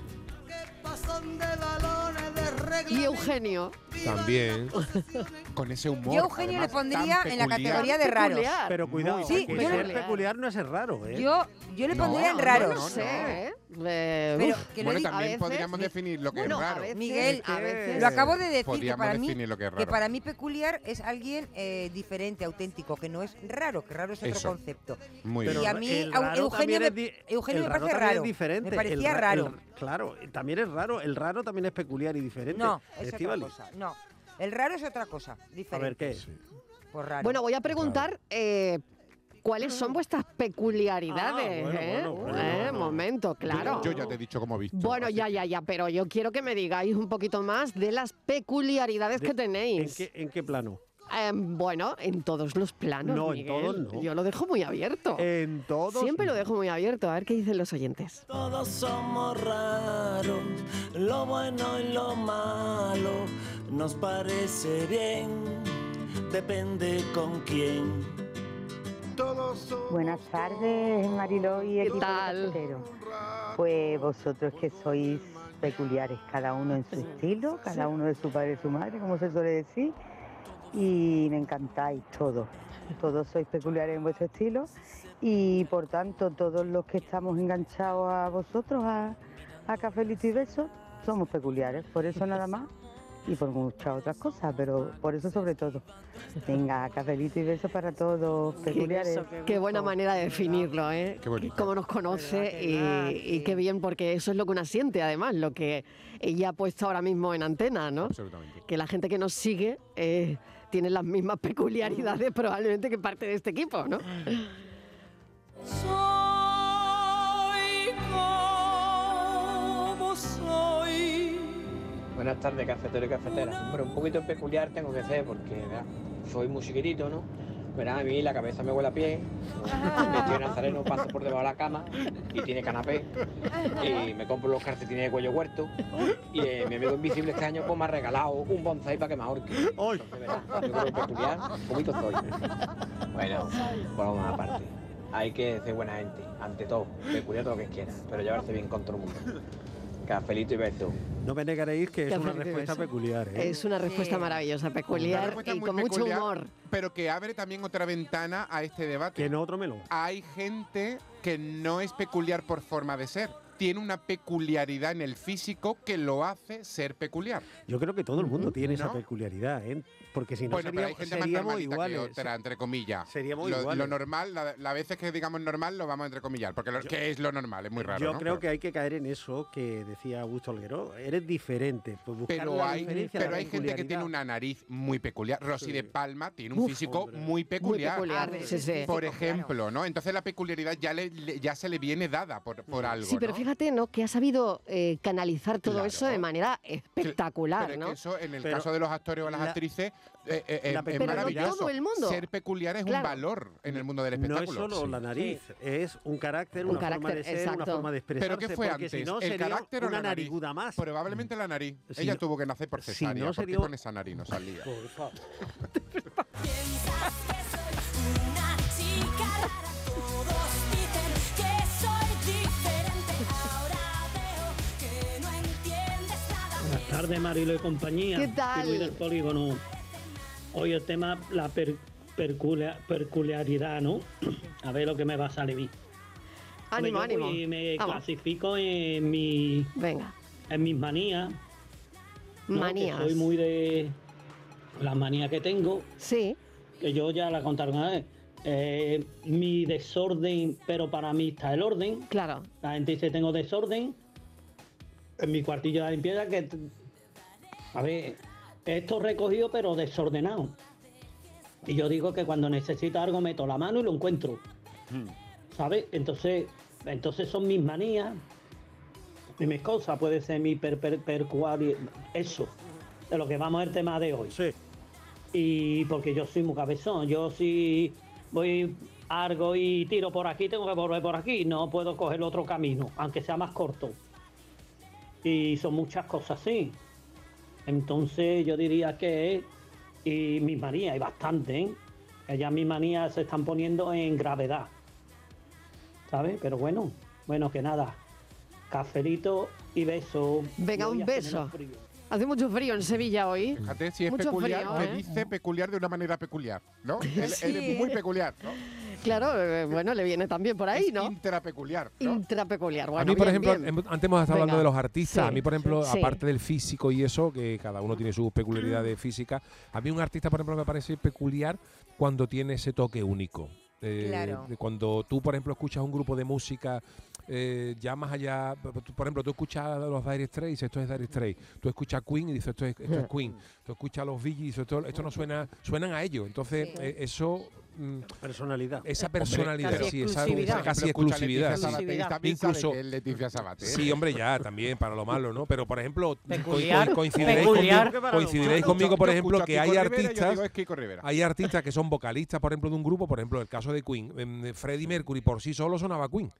[SPEAKER 8] Pasón de balones, de reglas.
[SPEAKER 1] Y Eugenio.
[SPEAKER 4] también.
[SPEAKER 6] Con ese humor.
[SPEAKER 2] Yo Eugenio
[SPEAKER 6] además,
[SPEAKER 2] le pondría
[SPEAKER 6] tan
[SPEAKER 2] en la
[SPEAKER 6] peculiar.
[SPEAKER 2] categoría de raros.
[SPEAKER 1] Peculiar.
[SPEAKER 7] Pero cuidado,
[SPEAKER 2] Sí,
[SPEAKER 7] que
[SPEAKER 1] yo-
[SPEAKER 7] ser peculiar no es ser raro, ¿eh?
[SPEAKER 2] Yo, yo le
[SPEAKER 6] No,
[SPEAKER 2] pondría en
[SPEAKER 1] Bueno,
[SPEAKER 2] raro.
[SPEAKER 1] No, lo sé, ¿eh? Eh,
[SPEAKER 2] Pero
[SPEAKER 1] uf,
[SPEAKER 2] que lo
[SPEAKER 6] Bueno,
[SPEAKER 2] he dicho-
[SPEAKER 1] a
[SPEAKER 6] también
[SPEAKER 1] veces,
[SPEAKER 6] podríamos
[SPEAKER 1] mi-
[SPEAKER 6] definir lo que
[SPEAKER 1] bueno,
[SPEAKER 6] es
[SPEAKER 1] a
[SPEAKER 6] raro.
[SPEAKER 1] veces,
[SPEAKER 2] Miguel,
[SPEAKER 1] a veces-
[SPEAKER 6] Eh,
[SPEAKER 2] Lo acabo de decir que
[SPEAKER 6] podríamos
[SPEAKER 2] para mí,
[SPEAKER 6] definir lo que es
[SPEAKER 2] que
[SPEAKER 6] raro.
[SPEAKER 2] para mí peculiar es alguien eh, diferente, auténtico, que no es raro, que raro es otro
[SPEAKER 6] Eso.
[SPEAKER 2] concepto.
[SPEAKER 6] Muy
[SPEAKER 2] Pero-
[SPEAKER 6] bien.
[SPEAKER 2] Y a mí,
[SPEAKER 7] el
[SPEAKER 2] au-
[SPEAKER 7] raro
[SPEAKER 2] Eugenio
[SPEAKER 7] también
[SPEAKER 2] me-
[SPEAKER 7] es di-
[SPEAKER 2] Eugenio
[SPEAKER 7] el
[SPEAKER 2] me
[SPEAKER 7] raro
[SPEAKER 2] parece
[SPEAKER 7] también es
[SPEAKER 2] raro.
[SPEAKER 7] diferente.
[SPEAKER 2] Me
[SPEAKER 7] El
[SPEAKER 2] parecía
[SPEAKER 7] ra-
[SPEAKER 2] raro.
[SPEAKER 7] el- claro, también es raro. El raro también es peculiar y diferente.
[SPEAKER 2] No, es otra
[SPEAKER 7] Estíbaliz.
[SPEAKER 2] cosa. No, el raro es otra cosa,
[SPEAKER 7] A ver
[SPEAKER 2] diferente.
[SPEAKER 7] qué.
[SPEAKER 2] Por raro.
[SPEAKER 1] Bueno, voy a preguntar eh, cuáles son vuestras peculiaridades.
[SPEAKER 7] Ah, bueno,
[SPEAKER 1] ¿eh?
[SPEAKER 7] bueno, bueno,
[SPEAKER 1] Eh,
[SPEAKER 7] bueno.
[SPEAKER 1] Momento, claro.
[SPEAKER 6] Yo ya te he dicho cómo he visto.
[SPEAKER 1] bueno,
[SPEAKER 6] así
[SPEAKER 1] ya,
[SPEAKER 6] que-
[SPEAKER 1] ya, ya, pero yo quiero que me digáis un poquito más de las peculiaridades
[SPEAKER 7] De-
[SPEAKER 1] que
[SPEAKER 7] ¿En
[SPEAKER 1] tenéis.
[SPEAKER 7] qué, en qué plano?
[SPEAKER 1] Eh, bueno, en todos los planos.
[SPEAKER 7] No, en
[SPEAKER 1] Miguel.
[SPEAKER 7] todos no.
[SPEAKER 1] Yo lo dejo muy abierto.
[SPEAKER 7] En todos.
[SPEAKER 1] Siempre lo dejo muy abierto. A ver qué dicen los oyentes.
[SPEAKER 8] Todos somos raros, lo bueno y lo malo nos parece bien, depende con quién.
[SPEAKER 9] Buenas tardes, Mariló y
[SPEAKER 1] ¿Qué
[SPEAKER 9] equipo
[SPEAKER 1] tal?
[SPEAKER 9] cafetero. Pues vosotros que sois peculiares, cada uno en su estilo, cada uno de su padre y su madre, como se suele decir. y me encantáis todos. Todos sois peculiares en vuestro estilo y por tanto todos los que estamos enganchados a vosotros, a, a Cafelito y Beso, somos peculiares. Por eso nada más y por muchas otras cosas, pero por eso sobre todo. Venga, Cafelito y Beso para todos, peculiares.
[SPEAKER 1] Qué buena manera de definirlo, ¿eh?
[SPEAKER 6] Qué bonito.
[SPEAKER 1] Cómo nos conoce y, y qué bien, porque eso es lo que una siente, además, lo que ella ha puesto ahora mismo en antena, ¿no?
[SPEAKER 6] Absolutamente.
[SPEAKER 1] Que la gente que nos sigue eh, tiene las mismas peculiaridades probablemente que parte de este equipo, ¿no?
[SPEAKER 8] Soy como soy.
[SPEAKER 10] Buenas tardes, cafetero y cafetera. Hombre, un poquito peculiar tengo que ser porque ¿verdad? soy muy chiquitito, ¿no? Verá, a mí la cabeza me huele a pie, metido nazareno, paso por debajo de la cama y tiene canapé. Y me compro los calcetines de cuello huerto. Y eh, mi amigo invisible este año pues, me ha regalado un bonsai para que me ahorque.
[SPEAKER 7] Hoy.
[SPEAKER 10] Entonces, verá, yo creo que peculiar, un poquito soy. Bueno, vamos aparte. Hay que ser buena gente, ante todo, peculiar todo lo que quieras, pero llevarse bien con todo el mundo. Cafelito y beso.
[SPEAKER 7] No me negaréis que es una
[SPEAKER 1] Cafelito y
[SPEAKER 7] respuesta
[SPEAKER 1] beso.
[SPEAKER 7] peculiar. ¿eh?
[SPEAKER 1] Es una respuesta
[SPEAKER 2] Sí.
[SPEAKER 1] maravillosa,
[SPEAKER 6] Una
[SPEAKER 1] peculiar
[SPEAKER 6] respuesta
[SPEAKER 1] y
[SPEAKER 6] muy
[SPEAKER 1] con mucho
[SPEAKER 6] peculiar,
[SPEAKER 1] humor.
[SPEAKER 6] Pero que abre también otra ventana a este debate.
[SPEAKER 7] Que no otro melón.
[SPEAKER 6] Hay gente que no es peculiar por forma de ser. Tiene una peculiaridad en el físico que lo hace ser peculiar.
[SPEAKER 7] Yo creo que todo el mundo tiene esa
[SPEAKER 6] ¿No?
[SPEAKER 7] peculiaridad, ¿eh? Porque si no
[SPEAKER 6] bueno, pero hay
[SPEAKER 7] seríamos,
[SPEAKER 6] gente más
[SPEAKER 7] seríamos
[SPEAKER 6] normalita
[SPEAKER 7] iguales.
[SPEAKER 6] que otra, entre comillas.
[SPEAKER 7] Seríamos
[SPEAKER 6] lo,
[SPEAKER 7] iguales.
[SPEAKER 6] Lo normal, la, la veces que digamos normal, lo vamos a entrecomillar, porque lo, que es lo normal, es muy raro.
[SPEAKER 7] Yo
[SPEAKER 6] ¿no?
[SPEAKER 7] creo
[SPEAKER 6] Pero-
[SPEAKER 7] que hay que caer en eso que decía Augusto Alguero. Eres diferente. Pues buscar
[SPEAKER 6] Pero
[SPEAKER 7] la
[SPEAKER 6] hay,
[SPEAKER 7] diferencia,
[SPEAKER 6] pero
[SPEAKER 7] la
[SPEAKER 6] hay gente que tiene
[SPEAKER 7] peculiaridad.
[SPEAKER 6] una nariz muy peculiar. Rosy
[SPEAKER 7] Sí.
[SPEAKER 6] de Palma tiene un
[SPEAKER 7] Uf,
[SPEAKER 6] físico
[SPEAKER 7] hombre.
[SPEAKER 6] muy peculiar.
[SPEAKER 1] Muy peculiar,
[SPEAKER 2] Ah,
[SPEAKER 1] sí, sí.
[SPEAKER 6] Por
[SPEAKER 2] Físico,
[SPEAKER 6] ejemplo, ¿no? Entonces la peculiaridad ya, le, le- ya se le viene dada por, por algo.
[SPEAKER 1] Sí, pero
[SPEAKER 6] ¿no?
[SPEAKER 1] fíjate, ¿no? Que ha sabido eh, canalizar todo
[SPEAKER 6] Claro.
[SPEAKER 1] eso de manera
[SPEAKER 6] Pero
[SPEAKER 1] espectacular,
[SPEAKER 6] es
[SPEAKER 1] ¿no?
[SPEAKER 6] que eso, en el
[SPEAKER 7] Pero
[SPEAKER 6] caso de los actores o las
[SPEAKER 7] la-
[SPEAKER 6] actrices, eh, eh, eh,
[SPEAKER 7] la peculiaridad-
[SPEAKER 6] es
[SPEAKER 1] Pero no
[SPEAKER 6] maravilloso.
[SPEAKER 1] todo el mundo.
[SPEAKER 6] Ser peculiar es un
[SPEAKER 1] Claro.
[SPEAKER 6] valor en el mundo del
[SPEAKER 7] No es
[SPEAKER 6] espectáculo.
[SPEAKER 7] solo
[SPEAKER 6] Sí.
[SPEAKER 7] la nariz, es un carácter,
[SPEAKER 1] Un
[SPEAKER 7] una forma
[SPEAKER 1] carácter,
[SPEAKER 7] de ser, una
[SPEAKER 1] exacto.
[SPEAKER 7] forma de expresarse.
[SPEAKER 6] Pero ¿qué fue
[SPEAKER 7] porque
[SPEAKER 6] antes?
[SPEAKER 7] si no,
[SPEAKER 6] ¿El
[SPEAKER 7] sería
[SPEAKER 6] carácter o
[SPEAKER 7] una
[SPEAKER 6] la nariz?
[SPEAKER 7] nariguda más.
[SPEAKER 6] Probablemente la nariz.
[SPEAKER 7] Si
[SPEAKER 6] Ella
[SPEAKER 7] no-
[SPEAKER 6] tuvo que nacer por
[SPEAKER 7] si no
[SPEAKER 6] cesárea. ¿Por qué
[SPEAKER 7] sería-
[SPEAKER 6] con esa nariz no salía?
[SPEAKER 7] Por favor.
[SPEAKER 11] Piensas que soy una chica rara, todos dicen que soy diferente. Ahora veo que no entiendes nada.
[SPEAKER 12] Buenas tardes, Marilo y compañía.
[SPEAKER 1] ¿Qué tal?
[SPEAKER 12] Kirby del polígono. Hoy el tema, la per- perculia- peculiaridad, ¿no? A ver lo que me va a salir. bien.
[SPEAKER 1] Ánimo,
[SPEAKER 12] Hombre, yo,
[SPEAKER 1] ánimo.
[SPEAKER 12] pues, me
[SPEAKER 1] Vamos.
[SPEAKER 12] clasifico en, mi,
[SPEAKER 1] Venga,
[SPEAKER 12] en mis manías. ¿no? Que
[SPEAKER 1] manías.
[SPEAKER 12] Soy muy de las manías que tengo,
[SPEAKER 1] Sí,
[SPEAKER 12] que yo ya la contaron una vez. Eh, mi desorden, pero para mí está el orden.
[SPEAKER 1] claro.
[SPEAKER 12] La gente dice tengo desorden en mi cuartillo de limpieza que t- a ver, esto recogido pero desordenado. Y yo digo que cuando necesito algo meto la mano y lo encuentro.
[SPEAKER 8] Hmm.
[SPEAKER 12] ¿Sabes? Entonces, entonces son mis manías y mis cosas, puede ser mi per, per- percuari- eso, de lo que vamos al tema de hoy
[SPEAKER 7] Sí.
[SPEAKER 12] y porque yo soy muy cabezón, yo si voy a algo y tiro por aquí, tengo que volver por aquí, no puedo coger otro camino, aunque sea más corto. Y son muchas cosas así. Entonces yo diría que y mis manías, y bastante, ¿eh? Que Ya mis manías se están poniendo en gravedad. ¿Sabes? Pero bueno, bueno que nada. Cafelito y beso.
[SPEAKER 1] Venga,
[SPEAKER 12] Y hoy
[SPEAKER 1] un
[SPEAKER 12] hace
[SPEAKER 1] beso.
[SPEAKER 12] menos frío.
[SPEAKER 1] Hace mucho frío en Sevilla hoy.
[SPEAKER 6] Fíjate, si es
[SPEAKER 1] Mucho
[SPEAKER 6] peculiar,
[SPEAKER 1] frío,
[SPEAKER 6] me
[SPEAKER 1] ¿eh?
[SPEAKER 6] dice peculiar de una manera peculiar, ¿no? Él, él es muy peculiar, ¿no?
[SPEAKER 1] Claro, eh, bueno, le viene también por ahí,
[SPEAKER 6] Es
[SPEAKER 1] ¿no?
[SPEAKER 6] Intrapeculiar, ¿no?
[SPEAKER 1] Intrapeculiar. Bueno,
[SPEAKER 4] a mí, por
[SPEAKER 1] bien,
[SPEAKER 4] ejemplo,
[SPEAKER 1] bien.
[SPEAKER 4] em- antes hemos estado hablando
[SPEAKER 1] Venga.
[SPEAKER 4] de los artistas.
[SPEAKER 1] Sí.
[SPEAKER 4] a mí, por ejemplo,
[SPEAKER 1] Sí.
[SPEAKER 4] aparte del físico y eso, que cada uno tiene sus
[SPEAKER 1] Mm.
[SPEAKER 4] peculiaridades físicas, a mí un artista, por ejemplo, me parece peculiar cuando tiene ese toque único. Eh,
[SPEAKER 2] Claro.
[SPEAKER 4] de Cuando tú, por ejemplo, escuchas un grupo de música, eh, ya más allá, tú, por ejemplo, tú escuchas a los Dire Straits y dices, esto es Dire Straits. Tú escuchas Queen y dices, esto es, esto es
[SPEAKER 1] Hmm.
[SPEAKER 4] Queen. Tú escuchas a los Bee Gees, esto, esto no suena, suenan a ellos. Entonces, eh, eso, mm,
[SPEAKER 7] Personalidad.
[SPEAKER 4] esa personalidad,
[SPEAKER 3] casi
[SPEAKER 4] sí, esa,
[SPEAKER 3] exclusividad.
[SPEAKER 4] esa casi
[SPEAKER 6] Por ejemplo, escucha
[SPEAKER 4] exclusividad.
[SPEAKER 6] Leticia
[SPEAKER 4] sí.
[SPEAKER 6] Sabater,
[SPEAKER 3] Exclusividad.
[SPEAKER 6] también sabe
[SPEAKER 4] Incluso-
[SPEAKER 6] que es Leticia Sabater.
[SPEAKER 4] Sí, hombre, ya, también, para lo malo, ¿no? Pero, por ejemplo, co- co-
[SPEAKER 3] Peculiar,
[SPEAKER 4] coincidiréis
[SPEAKER 3] peculiar.
[SPEAKER 4] conmigo, coincidiréis conmigo, por
[SPEAKER 6] Yo
[SPEAKER 4] ejemplo,
[SPEAKER 6] escucho a
[SPEAKER 4] que
[SPEAKER 6] Kiko
[SPEAKER 4] hay
[SPEAKER 6] Rivera y yo
[SPEAKER 4] artistas...
[SPEAKER 6] digo, es Kiko Rivera.
[SPEAKER 4] Hay artistas que son vocalistas, por ejemplo, de un grupo, por ejemplo, el caso de Queen. em, Freddie Mercury por sí solo sonaba Queen.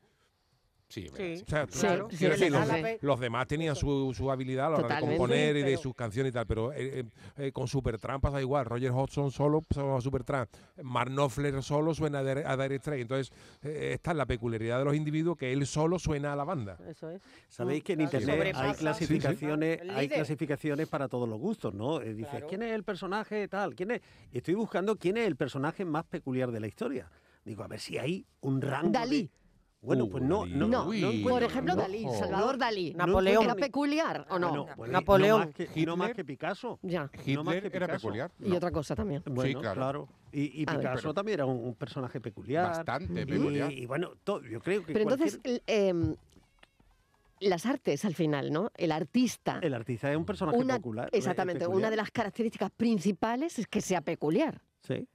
[SPEAKER 4] Sí, es
[SPEAKER 3] Sí.
[SPEAKER 4] verdad, sí. O sea, tú-
[SPEAKER 3] Sí,
[SPEAKER 4] quiero
[SPEAKER 3] sí,
[SPEAKER 4] decir,
[SPEAKER 3] le da
[SPEAKER 4] los,
[SPEAKER 3] la
[SPEAKER 4] de-
[SPEAKER 3] pe-
[SPEAKER 4] los demás tenían su, su habilidad a la hora de
[SPEAKER 3] Totalmente.
[SPEAKER 4] componer
[SPEAKER 3] Sí,
[SPEAKER 4] y de
[SPEAKER 3] pero-
[SPEAKER 4] sus canciones y tal, pero eh, eh, eh, con Supertramp pasa igual. Roger Hodgson solo sonaba Supertramp, Mark Knopfler solo suena a Dire- a Dire Straits. Entonces, eh, esta es la peculiaridad de los individuos que él solo suena a la banda.
[SPEAKER 3] Eso es.
[SPEAKER 7] Sabéis que en
[SPEAKER 4] Sí.
[SPEAKER 7] internet hay
[SPEAKER 4] Sobrepasa.
[SPEAKER 7] clasificaciones,
[SPEAKER 4] Sí, sí. El
[SPEAKER 7] hay
[SPEAKER 4] líder.
[SPEAKER 7] clasificaciones para todos los gustos, ¿no? Eh, dices, ¿quién es el personaje tal? ¿Quién es? Y Estoy buscando quién es el personaje más peculiar de la historia. Digo, a ver si hay un rango. de-
[SPEAKER 1] Dalí.
[SPEAKER 7] Bueno, pues no, no,
[SPEAKER 1] No,
[SPEAKER 7] no encuentro,
[SPEAKER 1] por ejemplo,
[SPEAKER 7] no.
[SPEAKER 1] Dalí,
[SPEAKER 4] Oh.
[SPEAKER 1] Salvador Dalí. ¿Era peculiar o no?
[SPEAKER 7] Bueno, pues, No más, que, no
[SPEAKER 1] Hitler.
[SPEAKER 7] más que Picasso.
[SPEAKER 1] Ya.
[SPEAKER 7] No más
[SPEAKER 6] Hitler
[SPEAKER 7] que
[SPEAKER 6] era
[SPEAKER 7] Picasso.
[SPEAKER 6] peculiar.
[SPEAKER 1] Y otra cosa también.
[SPEAKER 7] Bueno, claro. Y, y
[SPEAKER 1] A ver.
[SPEAKER 7] Picasso
[SPEAKER 1] Pero-
[SPEAKER 7] también era un, un personaje peculiar.
[SPEAKER 6] Bastante
[SPEAKER 7] Y-
[SPEAKER 6] peculiar.
[SPEAKER 7] Y, bueno, to- yo creo que
[SPEAKER 1] Pero
[SPEAKER 7] cualquier-
[SPEAKER 1] entonces, el, em, las artes al final, ¿no? El artista.
[SPEAKER 7] el artista es un personaje
[SPEAKER 1] una-
[SPEAKER 7] peculiar. eh,
[SPEAKER 1] exactamente, una
[SPEAKER 7] peculiar.
[SPEAKER 1] de las características principales es que sea peculiar.
[SPEAKER 7] Sí.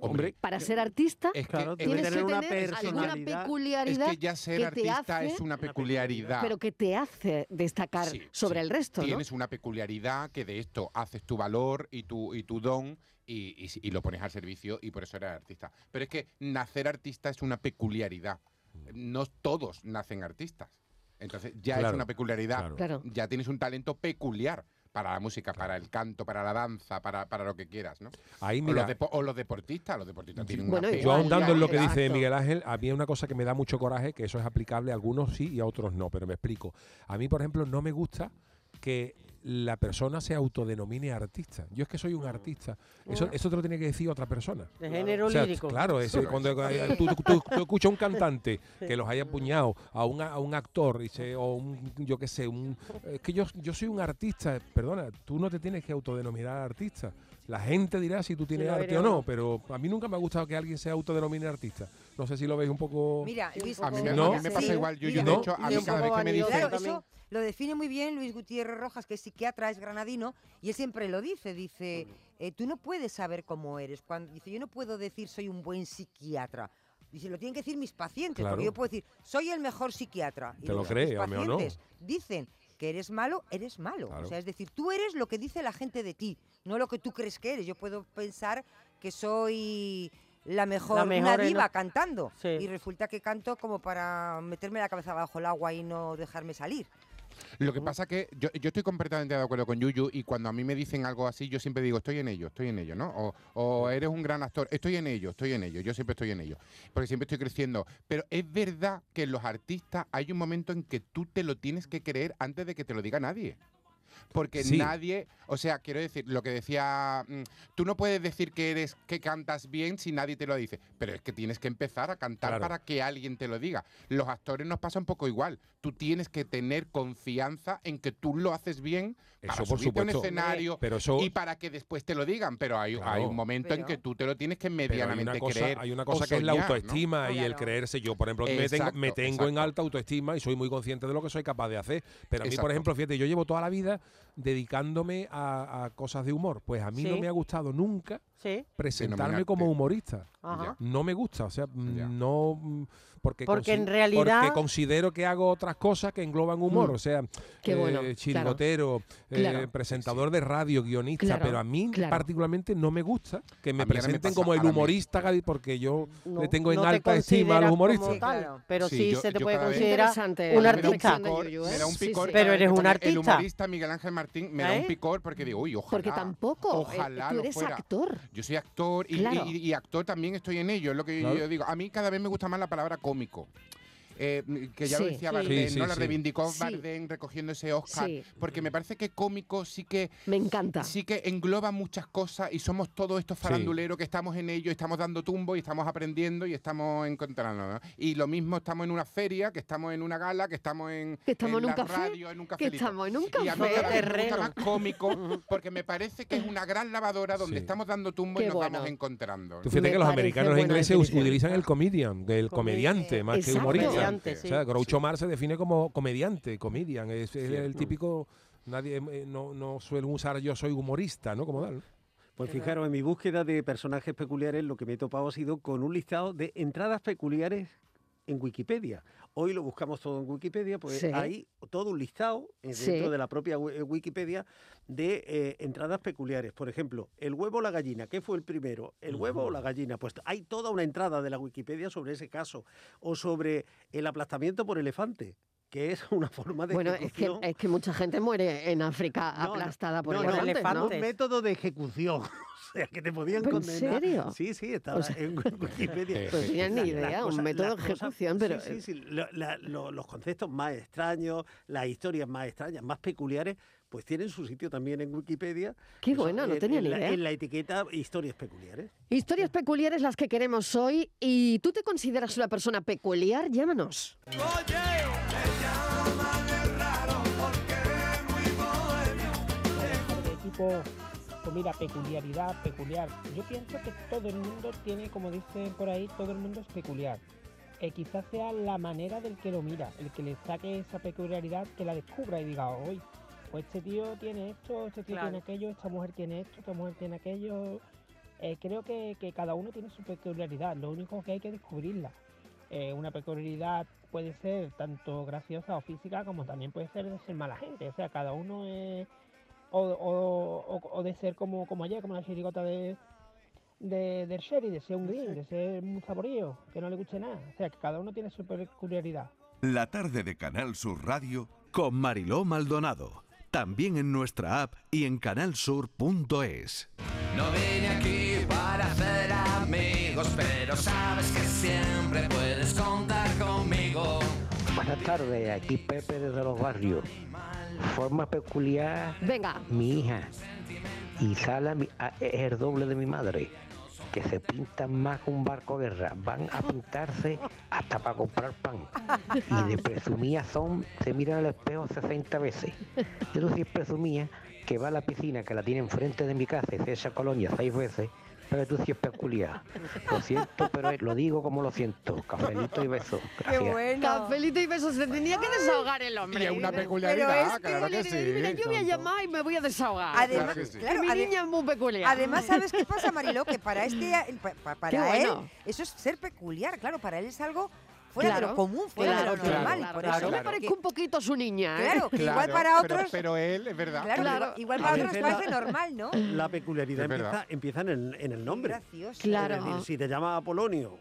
[SPEAKER 6] Hombre,
[SPEAKER 1] Para ser artista,
[SPEAKER 6] es que
[SPEAKER 1] tienes
[SPEAKER 6] es
[SPEAKER 1] que
[SPEAKER 6] tener una
[SPEAKER 1] alguna
[SPEAKER 6] personalidad.
[SPEAKER 1] peculiaridad
[SPEAKER 6] Es que ya ser
[SPEAKER 1] que te
[SPEAKER 6] artista
[SPEAKER 1] hace-
[SPEAKER 6] es una peculiaridad.
[SPEAKER 1] Pero que te hace destacar
[SPEAKER 6] Sí,
[SPEAKER 1] sobre
[SPEAKER 6] sí.
[SPEAKER 1] el resto, ¿no?
[SPEAKER 6] Tienes una peculiaridad que de esto haces tu valor y tu, y tu don y, y si- y lo pones al servicio y por eso eres artista. Pero es que nacer artista es una peculiaridad. No todos nacen artistas. Entonces ya es
[SPEAKER 4] Claro,
[SPEAKER 6] una peculiaridad.
[SPEAKER 4] claro. Claro.
[SPEAKER 6] Ya tienes un talento peculiar para la música, para el canto, para la danza, para, para lo que quieras, ¿no?
[SPEAKER 4] Ahí,
[SPEAKER 6] o,
[SPEAKER 4] mira.
[SPEAKER 6] los depo- o los deportistas, los deportistas tienen una
[SPEAKER 4] Bueno, yo
[SPEAKER 6] peculiaridad.
[SPEAKER 4] ahondando en lo que dice
[SPEAKER 6] Exacto.
[SPEAKER 4] Miguel Ángel, a mí hay una cosa que me da mucho coraje, que eso es aplicable a algunos sí y a otros no, pero me explico. A mí, por ejemplo, no me gusta que la persona se autodenomine artista. Yo es que soy un artista. Eso,
[SPEAKER 3] Bueno.
[SPEAKER 4] eso te lo tiene que decir otra persona.
[SPEAKER 3] Mm. De género
[SPEAKER 4] O sea,
[SPEAKER 3] lírico.
[SPEAKER 4] Claro, es-
[SPEAKER 3] Sí.
[SPEAKER 4] cuando eh, tú, tú- tú- tú escuchas a un cantante
[SPEAKER 3] Sí.
[SPEAKER 4] que los haya apuñado, a un, a un actor, y se- o un, yo qué sé, un, es que yo, yo soy un artista. Perdona, tú no te tienes que autodenominar artista. La gente dirá si tú tienes
[SPEAKER 2] lo
[SPEAKER 4] arte
[SPEAKER 2] eres
[SPEAKER 4] o
[SPEAKER 2] o
[SPEAKER 4] no,
[SPEAKER 2] no.
[SPEAKER 4] pero a mí nunca me ha gustado que alguien se autodenomine artista. No sé si lo veis un poco.
[SPEAKER 2] Mira, Luis,
[SPEAKER 4] a mí me,
[SPEAKER 6] ¿No?
[SPEAKER 4] a mí me pasa
[SPEAKER 6] Sí.
[SPEAKER 4] igual. Yo, yo,
[SPEAKER 6] Mira,
[SPEAKER 4] de hecho, a
[SPEAKER 6] y
[SPEAKER 4] mí
[SPEAKER 6] un
[SPEAKER 4] cada vez
[SPEAKER 6] poco
[SPEAKER 4] que me
[SPEAKER 6] vanidoso
[SPEAKER 4] dicen.
[SPEAKER 2] Claro, eso lo define muy bien Luis Gutiérrez Rojas, que es psiquiatra, es granadino, y él siempre lo dice, dice,
[SPEAKER 4] Mm.
[SPEAKER 2] eh, tú no puedes saber cómo eres. Cuando, dice, yo no puedo decir soy un buen psiquiatra. Dice, lo tienen que decir mis pacientes,
[SPEAKER 4] Claro.
[SPEAKER 2] porque yo puedo decir, soy el mejor psiquiatra. Y
[SPEAKER 4] Te lo
[SPEAKER 2] mis
[SPEAKER 4] cree, a mí o no.
[SPEAKER 2] pacientes Dicen que eres malo, eres malo.
[SPEAKER 4] Claro.
[SPEAKER 2] O sea, es decir, tú eres lo que dice la gente de ti, no lo que tú crees que eres. Yo puedo pensar que soy la mejor, una
[SPEAKER 3] mejor en-
[SPEAKER 2] diva cantando.
[SPEAKER 3] Sí.
[SPEAKER 2] Y resulta que canto como para meterme la cabeza bajo el agua y no dejarme salir.
[SPEAKER 6] Lo que pasa que yo, yo estoy completamente de acuerdo con Yuyu y cuando a mí me dicen algo así, yo siempre digo, estoy en ello, estoy en ello, ¿no? O, o eres un gran actor, estoy en ello, estoy en ello, yo siempre estoy en ello, porque siempre estoy creciendo. Pero es verdad que en los artistas hay un momento en que tú te lo tienes que creer antes de que te lo diga nadie. Porque
[SPEAKER 4] Sí.
[SPEAKER 6] nadie, o sea, quiero decir, lo que decía, mm, tú no puedes decir que eres que cantas bien si nadie te lo dice, pero es que tienes que empezar a cantar
[SPEAKER 4] Claro.
[SPEAKER 6] para que alguien te lo diga. Los actores nos pasa un poco igual. Tú tienes que tener confianza en que tú lo haces bien para
[SPEAKER 4] Eso, por
[SPEAKER 6] subirte a un
[SPEAKER 4] supuesto.
[SPEAKER 6] escenario
[SPEAKER 4] Pero eso-
[SPEAKER 6] y para que después te lo digan, pero hay, hay
[SPEAKER 4] Claro.
[SPEAKER 6] un momento en
[SPEAKER 4] Pero-
[SPEAKER 6] que tú te lo tienes que
[SPEAKER 4] Pero hay
[SPEAKER 6] medianamente
[SPEAKER 4] una cosa,
[SPEAKER 6] creer.
[SPEAKER 4] hay una
[SPEAKER 6] o
[SPEAKER 4] cosa que es la
[SPEAKER 6] soñar, ¿no?
[SPEAKER 4] autoestima y el creerse. Yo, por ejemplo, me tengo, me
[SPEAKER 6] Exacto,
[SPEAKER 4] tengo en
[SPEAKER 6] exacto.
[SPEAKER 4] alta autoestima y soy muy consciente de lo que soy capaz de hacer. Pero a mí, por
[SPEAKER 6] Exacto.
[SPEAKER 4] ejemplo, fíjate, yo llevo toda la vida dedicándome a, a cosas de humor. Pues a mí no
[SPEAKER 3] Sí.
[SPEAKER 4] me ha gustado nunca
[SPEAKER 3] Sí.
[SPEAKER 4] presentarme
[SPEAKER 6] Denominarte.
[SPEAKER 4] como humorista.
[SPEAKER 3] Ajá. Ya.
[SPEAKER 4] No me gusta, o sea, mm, no mm, porque
[SPEAKER 3] Porque en
[SPEAKER 4] consi-
[SPEAKER 3] realidad-
[SPEAKER 4] porque considero que hago otras cosas que engloban humor,
[SPEAKER 3] Mm.
[SPEAKER 4] o sea, eh,
[SPEAKER 3] Qué bueno, claro.
[SPEAKER 4] chirigotero, eh,
[SPEAKER 3] Claro.
[SPEAKER 4] presentador de radio, guionista,
[SPEAKER 3] Claro,
[SPEAKER 4] pero a mí
[SPEAKER 3] claro.
[SPEAKER 4] particularmente no me gusta que me
[SPEAKER 6] A mí ahora me
[SPEAKER 4] presenten
[SPEAKER 6] pasa-
[SPEAKER 4] como el
[SPEAKER 6] ahora me-
[SPEAKER 4] humorista, Gaby, porque yo
[SPEAKER 3] No,
[SPEAKER 4] le tengo en
[SPEAKER 3] no te
[SPEAKER 4] alta estima a los
[SPEAKER 3] consideras
[SPEAKER 4] humoristas.
[SPEAKER 3] como tal, pero sí,
[SPEAKER 6] yo-
[SPEAKER 3] se te
[SPEAKER 6] yo
[SPEAKER 3] puede
[SPEAKER 6] cada vez-
[SPEAKER 3] considerar un
[SPEAKER 6] Me da
[SPEAKER 3] artista.
[SPEAKER 6] picor, me da un picor cada
[SPEAKER 3] pero
[SPEAKER 6] vez
[SPEAKER 3] eres
[SPEAKER 6] que
[SPEAKER 3] un
[SPEAKER 6] pone El
[SPEAKER 3] artista.
[SPEAKER 6] humorista Miguel Ángel Martín me da
[SPEAKER 1] ¿Eh?
[SPEAKER 6] un picor porque digo, uy, ojalá.
[SPEAKER 1] Porque tampoco, eh,
[SPEAKER 6] Ojalá
[SPEAKER 1] tú
[SPEAKER 6] lo
[SPEAKER 1] eres
[SPEAKER 6] fuera.
[SPEAKER 1] actor.
[SPEAKER 6] Yo soy actor y,
[SPEAKER 1] Claro.
[SPEAKER 6] y- y actor también estoy en ello, es lo que yo-
[SPEAKER 4] Claro.
[SPEAKER 6] yo, digo. A mí cada vez me gusta más la palabra cómico. Eh, que ya lo
[SPEAKER 4] Sí.
[SPEAKER 6] decía
[SPEAKER 4] Sí.
[SPEAKER 6] Bardem,
[SPEAKER 4] Sí, sí,
[SPEAKER 6] ¿no? La
[SPEAKER 4] sí.
[SPEAKER 6] reivindicó
[SPEAKER 4] Sí.
[SPEAKER 6] Bardem recogiendo ese Oscar.
[SPEAKER 4] Sí.
[SPEAKER 6] Porque me parece que cómico sí que.
[SPEAKER 1] Me encanta.
[SPEAKER 6] Sí que engloba muchas cosas y somos todos estos faranduleros que estamos en ello, estamos dando tumbo y estamos aprendiendo y estamos encontrando. Y lo mismo estamos en una feria, que estamos en una gala, que estamos en.
[SPEAKER 1] Que estamos en,
[SPEAKER 6] la
[SPEAKER 1] un café.
[SPEAKER 6] radio, en un
[SPEAKER 1] que
[SPEAKER 6] cafelito.
[SPEAKER 1] estamos en un
[SPEAKER 6] Y
[SPEAKER 1] café.
[SPEAKER 6] a mí cada vez me gusta más cómico porque me parece que es una gran lavadora donde estamos dando tumbo y
[SPEAKER 1] Qué
[SPEAKER 6] nos
[SPEAKER 1] bueno.
[SPEAKER 6] vamos encontrando.
[SPEAKER 4] Tú fíjate que los americanos e ingleses us- utilizan el comedian, el comediante, más que
[SPEAKER 6] Exacto.
[SPEAKER 4] humorista.
[SPEAKER 6] Comediante,
[SPEAKER 4] O sea,
[SPEAKER 6] sí.
[SPEAKER 4] Groucho Marx se define como comediante, comedian. Es, es el
[SPEAKER 7] Cierto.
[SPEAKER 4] típico, nadie eh, no, no suelen usar yo soy humorista, ¿no? Como tal.
[SPEAKER 7] Pues fijaros, en mi búsqueda de personajes peculiares, lo que me he topado ha sido con un listado de entradas peculiares en Wikipedia. Hoy lo buscamos todo en Wikipedia, pues
[SPEAKER 13] Sí.
[SPEAKER 7] hay todo un listado eh,
[SPEAKER 13] Sí.
[SPEAKER 7] dentro de la propia wi- eh, Wikipedia de eh, entradas peculiares. Por ejemplo, el huevo o la gallina, ¿qué fue el primero? ¿El huevo o la gallina? Pues hay toda una entrada de la Wikipedia sobre ese caso. O sobre el aplastamiento por elefante, que es una forma de
[SPEAKER 1] Bueno, es que,
[SPEAKER 7] ejecución.
[SPEAKER 1] es que mucha gente muere en África
[SPEAKER 7] No, no,
[SPEAKER 1] aplastada por
[SPEAKER 7] no, no,
[SPEAKER 1] elefantes, ¿no?
[SPEAKER 7] un método de ejecución. O sea, que te podían
[SPEAKER 1] ¿En
[SPEAKER 7] condenar.
[SPEAKER 1] serio?
[SPEAKER 7] Sí, sí, estaba
[SPEAKER 1] O sea,
[SPEAKER 7] en Wikipedia.
[SPEAKER 1] no tenía ni
[SPEAKER 7] La- la
[SPEAKER 1] idea, un
[SPEAKER 7] cosa-
[SPEAKER 1] método
[SPEAKER 7] la
[SPEAKER 1] de
[SPEAKER 7] cosa-
[SPEAKER 1] ejecución,
[SPEAKER 7] sí,
[SPEAKER 1] pero- eh,
[SPEAKER 7] Sí, sí, lo- la- lo- los conceptos más extraños, las historias más extrañas, más peculiares, pues tienen su sitio también en Wikipedia.
[SPEAKER 1] Qué
[SPEAKER 7] Eso,
[SPEAKER 1] bueno, no
[SPEAKER 7] en-
[SPEAKER 1] tenía
[SPEAKER 7] en
[SPEAKER 1] ni
[SPEAKER 7] la-
[SPEAKER 1] idea.
[SPEAKER 7] En la etiqueta historias peculiares.
[SPEAKER 1] Historias peculiares las que queremos hoy. ¿Y tú te consideras una persona peculiar? Llámanos.
[SPEAKER 14] de tipo comida pues peculiaridad, peculiar. Yo pienso que todo el mundo tiene, como dicen por ahí, todo el mundo es peculiar. Eh, quizás sea la manera del que lo mira, el que le saque esa peculiaridad, que la descubra y diga, hoy, pues este tío tiene esto, este tío
[SPEAKER 15] Claro.
[SPEAKER 14] tiene aquello, esta mujer tiene esto, esta mujer tiene aquello. Eh, creo que, que cada uno tiene su peculiaridad, lo único que hay que descubrirla. Eh, una peculiaridad puede ser tanto graciosa o física como también puede ser de ser mala gente. O sea, cada uno es, o, o- o- o de ser como, como ayer, como la chirigota de, de, del sherry, de ser un green, de ser un saborío, que no le guste nada. O sea, que cada uno tiene su peculiaridad.
[SPEAKER 16] La tarde de Canal Sur Radio con Mariló Maldonado. También en nuestra app y en canalsur.es.
[SPEAKER 17] No vine aquí para hacer amigos, pero sabes que siempre puedes contar conmigo.
[SPEAKER 18] Buenas tardes, aquí Pepe desde los barrios. Forma peculiar,
[SPEAKER 1] Venga.
[SPEAKER 18] mi hija. Y Sala mi- a- es el doble de mi madre, que se pintan más que un barco de guerra. Van a pintarse hasta para comprar pan. Y de presumía son, se miran al espejo 60 veces. Yo sí presumía que va a la piscina que la tiene enfrente de mi casa y se echa colonia seis veces. Pero tú sí es peculiar. Lo siento, pero lo digo como lo siento. Cafelito y besos. Gracias.
[SPEAKER 1] Cafelito y besos. Se tenía que desahogar el hombre.
[SPEAKER 6] Y es una
[SPEAKER 1] Pero-
[SPEAKER 6] peculiaridad,
[SPEAKER 1] pero es
[SPEAKER 6] claro que
[SPEAKER 1] peculiar. Mira,
[SPEAKER 6] sí,
[SPEAKER 1] yo voy a
[SPEAKER 6] tanto.
[SPEAKER 1] llamar y me voy a desahogar.
[SPEAKER 2] Además,
[SPEAKER 1] Claro que sí.
[SPEAKER 2] claro,
[SPEAKER 1] mi
[SPEAKER 2] ade-
[SPEAKER 1] niña es muy peculiar.
[SPEAKER 2] Además, ¿sabes qué pasa, Mariló? Que para este, pa- pa- para
[SPEAKER 1] Qué bueno.
[SPEAKER 2] él, eso es ser peculiar, claro, para él es algo fuera de
[SPEAKER 1] Claro,
[SPEAKER 2] lo común, fuera
[SPEAKER 1] claro,
[SPEAKER 2] de lo
[SPEAKER 1] claro,
[SPEAKER 2] normal.
[SPEAKER 1] claro,
[SPEAKER 2] y por
[SPEAKER 1] claro.
[SPEAKER 2] eso
[SPEAKER 1] Yo me parezco un poquito a su niña, ¿eh?
[SPEAKER 2] Claro, que igual
[SPEAKER 7] Claro,
[SPEAKER 2] para
[SPEAKER 7] pero-
[SPEAKER 2] otros,
[SPEAKER 6] Pero él, es verdad.
[SPEAKER 2] claro, igual- igual para otros parece normal, ¿no?
[SPEAKER 1] Ah.
[SPEAKER 7] La peculiaridad
[SPEAKER 6] Es verdad.
[SPEAKER 7] empieza, empieza en, el, en el nombre.
[SPEAKER 2] gracioso.
[SPEAKER 1] Claro.
[SPEAKER 7] Es decir, si te llama Apolonio.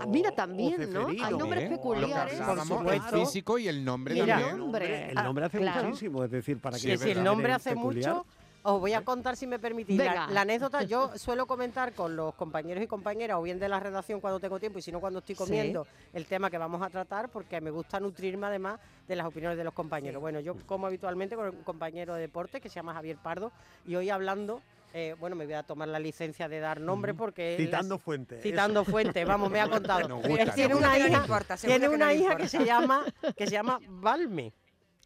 [SPEAKER 1] Ah, Mira, también, ¿no? Hay
[SPEAKER 7] Ceferino.
[SPEAKER 1] nombres
[SPEAKER 7] Sí,
[SPEAKER 1] peculiares.
[SPEAKER 6] Hablábamos el físico y el nombre
[SPEAKER 1] Y el
[SPEAKER 6] también.
[SPEAKER 1] nombre.
[SPEAKER 7] El
[SPEAKER 1] Ah,
[SPEAKER 7] nombre hace
[SPEAKER 1] claro.
[SPEAKER 7] muchísimo, es decir, para
[SPEAKER 6] Sí,
[SPEAKER 7] que
[SPEAKER 6] es
[SPEAKER 3] Si el
[SPEAKER 6] verdad.
[SPEAKER 3] nombre
[SPEAKER 7] eres
[SPEAKER 3] hace
[SPEAKER 7] peculiar.
[SPEAKER 3] mucho, os voy a contar si me permitís. La,
[SPEAKER 7] Venga.
[SPEAKER 3] la anécdota yo suelo comentar con los compañeros y compañeras o bien de la redacción cuando tengo tiempo y si no cuando estoy
[SPEAKER 1] Sí.
[SPEAKER 3] comiendo el tema que vamos a tratar porque me gusta nutrirme además de las opiniones de los compañeros. Bueno, yo como habitualmente con un compañero de deporte que se llama Javier Pardo y hoy hablando... eh, bueno, me voy a tomar la licencia de dar nombre porque... él es-
[SPEAKER 7] Citando fuentes,
[SPEAKER 3] Citando
[SPEAKER 7] eso.
[SPEAKER 3] fuentes, vamos, me ha contado.
[SPEAKER 7] Nos gusta,
[SPEAKER 3] Él tiene
[SPEAKER 7] nos
[SPEAKER 3] una
[SPEAKER 7] gusta.
[SPEAKER 3] hija,
[SPEAKER 7] Importa, seguro
[SPEAKER 3] tiene
[SPEAKER 7] que no
[SPEAKER 3] una
[SPEAKER 7] le
[SPEAKER 3] hija que
[SPEAKER 7] importa.
[SPEAKER 3] se llama, que se llama Balme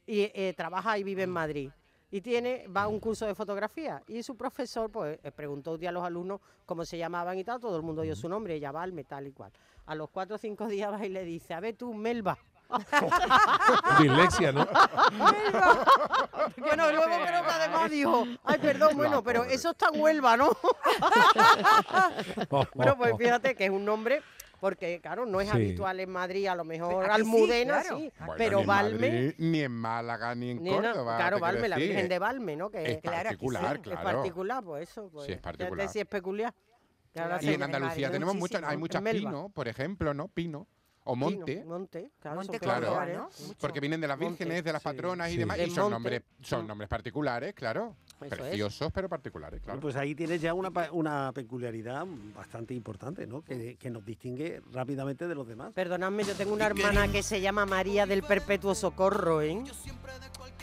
[SPEAKER 3] y eh, trabaja y vive en Madrid. Y tiene, va a un curso de fotografía. Y su profesor, pues, eh, preguntó un día a los alumnos cómo se llamaban y tal. Todo el mundo dio su nombre, ella Balme, tal y cual. A los cuatro o cinco días va y le dice, a ver tú, Melba.
[SPEAKER 4] Dislexia, ¿no?
[SPEAKER 3] Melba. bueno, luego creo que además dijo, ay, perdón, bueno, pero eso está en Huelva, ¿no? bueno, pues fíjate que es un nombre, porque claro, no es
[SPEAKER 6] Oh, Sí.
[SPEAKER 3] habitual en Madrid, a lo mejor
[SPEAKER 6] ¿A que sí?
[SPEAKER 3] Almudena, Ah, sí,
[SPEAKER 6] Claro. Bueno, ni
[SPEAKER 3] pero
[SPEAKER 6] en
[SPEAKER 3] Valme.
[SPEAKER 6] Madrid, ni en Málaga, ni en
[SPEAKER 3] ni en-
[SPEAKER 6] Córdoba.
[SPEAKER 3] claro,
[SPEAKER 6] te quiero
[SPEAKER 3] Valme, la
[SPEAKER 6] decir,
[SPEAKER 3] Virgen
[SPEAKER 6] eh,
[SPEAKER 3] de Valme, ¿no? Que
[SPEAKER 6] es particular,
[SPEAKER 3] que sí,
[SPEAKER 6] claro.
[SPEAKER 3] Es particular, pues eso. Pues,
[SPEAKER 6] Sí, es
[SPEAKER 3] fíjate
[SPEAKER 6] particular.
[SPEAKER 3] si es peculiar. Que ahora
[SPEAKER 6] Y
[SPEAKER 3] se-
[SPEAKER 6] en Andalucía tenemos muchas, hay
[SPEAKER 3] En
[SPEAKER 6] muchas
[SPEAKER 3] Melba.
[SPEAKER 6] pino, por ejemplo, ¿no? Pino. O
[SPEAKER 3] Pino,
[SPEAKER 6] monte.
[SPEAKER 3] Monte, claro. son
[SPEAKER 6] Claro,
[SPEAKER 3] peculiares.
[SPEAKER 6] porque vienen de las
[SPEAKER 3] Monte,
[SPEAKER 6] vírgenes, de las
[SPEAKER 3] sí.
[SPEAKER 6] patronas y
[SPEAKER 7] Sí.
[SPEAKER 6] demás, y
[SPEAKER 7] Del
[SPEAKER 6] son
[SPEAKER 7] monte.
[SPEAKER 6] nombres, son nombres particulares, claro.
[SPEAKER 7] Eso es.
[SPEAKER 6] Preciosos, pero particulares, claro.
[SPEAKER 7] Pues ahí tienes ya una, pa- una peculiaridad bastante importante, ¿no? Que, que nos distingue rápidamente de los demás.
[SPEAKER 3] Perdonadme, yo tengo una hermana que se llama María del Perpetuo Socorro, ¿eh?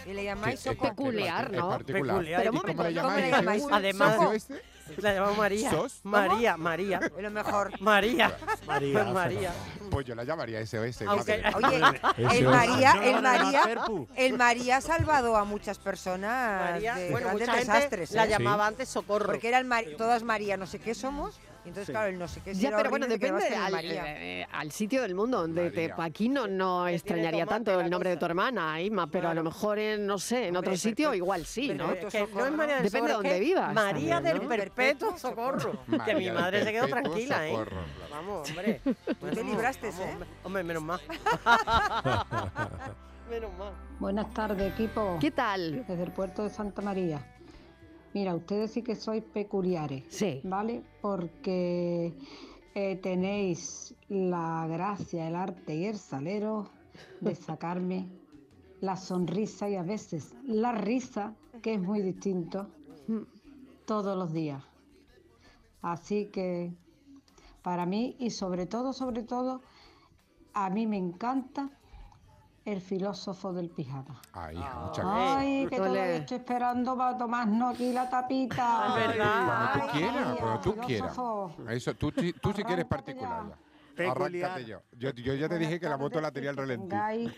[SPEAKER 2] Y le llamáis
[SPEAKER 3] Sí, es
[SPEAKER 2] socorro.
[SPEAKER 3] peculiar, ¿no? Peculiar.
[SPEAKER 2] Pero un
[SPEAKER 3] ¿Y cómo
[SPEAKER 2] momento, ¿cómo
[SPEAKER 3] le
[SPEAKER 2] le
[SPEAKER 3] llamáis? este?
[SPEAKER 2] llamáis?
[SPEAKER 3] Además,
[SPEAKER 2] ¿Soco?
[SPEAKER 3] la llamamos María.
[SPEAKER 6] ¿Sos?
[SPEAKER 3] María, María.
[SPEAKER 2] Es lo mejor.
[SPEAKER 3] María.
[SPEAKER 6] María.
[SPEAKER 3] Pues María.
[SPEAKER 6] Pues yo la llamaría SOS.
[SPEAKER 3] Ah,
[SPEAKER 2] Aunque-
[SPEAKER 6] madre.
[SPEAKER 2] oye, el María, el María, el María ha salvado a muchas personas
[SPEAKER 3] María,
[SPEAKER 2] de
[SPEAKER 3] bueno,
[SPEAKER 2] grandes
[SPEAKER 3] mucha gente
[SPEAKER 2] desastres.
[SPEAKER 3] la
[SPEAKER 2] ¿eh?
[SPEAKER 3] llamaba Sí. antes Socorro.
[SPEAKER 2] Porque eran Mar- todas María, no sé qué somos, Y entonces, claro, el no sé qué
[SPEAKER 1] Ya,
[SPEAKER 2] será
[SPEAKER 1] pero bueno,
[SPEAKER 2] horrible, que además
[SPEAKER 1] depende
[SPEAKER 2] tiene
[SPEAKER 1] al,
[SPEAKER 2] María.
[SPEAKER 1] eh, al sitio del mundo donde te, aquí no, no extrañaría
[SPEAKER 3] tomate
[SPEAKER 1] tanto el nombre de tu hermana, Isma, pero a lo mejor en, no sé, en otro sitio igual sí, ¿no?
[SPEAKER 3] Es Eh, que no es María del
[SPEAKER 1] Depende de
[SPEAKER 3] Socorro, es
[SPEAKER 1] donde
[SPEAKER 3] que
[SPEAKER 1] vivas.
[SPEAKER 3] María
[SPEAKER 1] también,
[SPEAKER 3] del
[SPEAKER 1] ¿no?
[SPEAKER 3] Perpetuo Socorro. que mi
[SPEAKER 1] del
[SPEAKER 3] madre se quedó
[SPEAKER 1] Perpetuo
[SPEAKER 3] tranquila, ¿eh?
[SPEAKER 1] Socorro, claro.
[SPEAKER 3] Vamos, hombre.
[SPEAKER 2] Tú te libraste, ¿eh?
[SPEAKER 3] Hombre, menos mal. menos mal.
[SPEAKER 13] Buenas tardes, equipo.
[SPEAKER 1] ¿Qué tal?
[SPEAKER 13] Desde el puerto de Santa María. Mira, ustedes sí que sois peculiares.
[SPEAKER 1] Sí.
[SPEAKER 13] ¿Vale? Porque eh, tenéis la gracia, el arte y el salero de sacarme la sonrisa y a veces la risa, que es muy distinto, todos los días. Así que para mí y sobre todo, sobre todo, a mí me encanta el filósofo del pijama.
[SPEAKER 6] Ay, muchas gracias.
[SPEAKER 13] Ay, que todavía estoy esperando para tomar no aquí la tapita.
[SPEAKER 6] Ay, Cuando
[SPEAKER 13] Ay,
[SPEAKER 6] tú quieras,
[SPEAKER 13] ay,
[SPEAKER 6] cuando tú
[SPEAKER 13] filósofo.
[SPEAKER 6] quieras. Eso, tú, sí- tú si quieres particular ya.
[SPEAKER 7] Peculiar.
[SPEAKER 6] Arráncate yo. yo. Yo ya te dije que la moto la tenía al ralentí.
[SPEAKER 13] Tengáis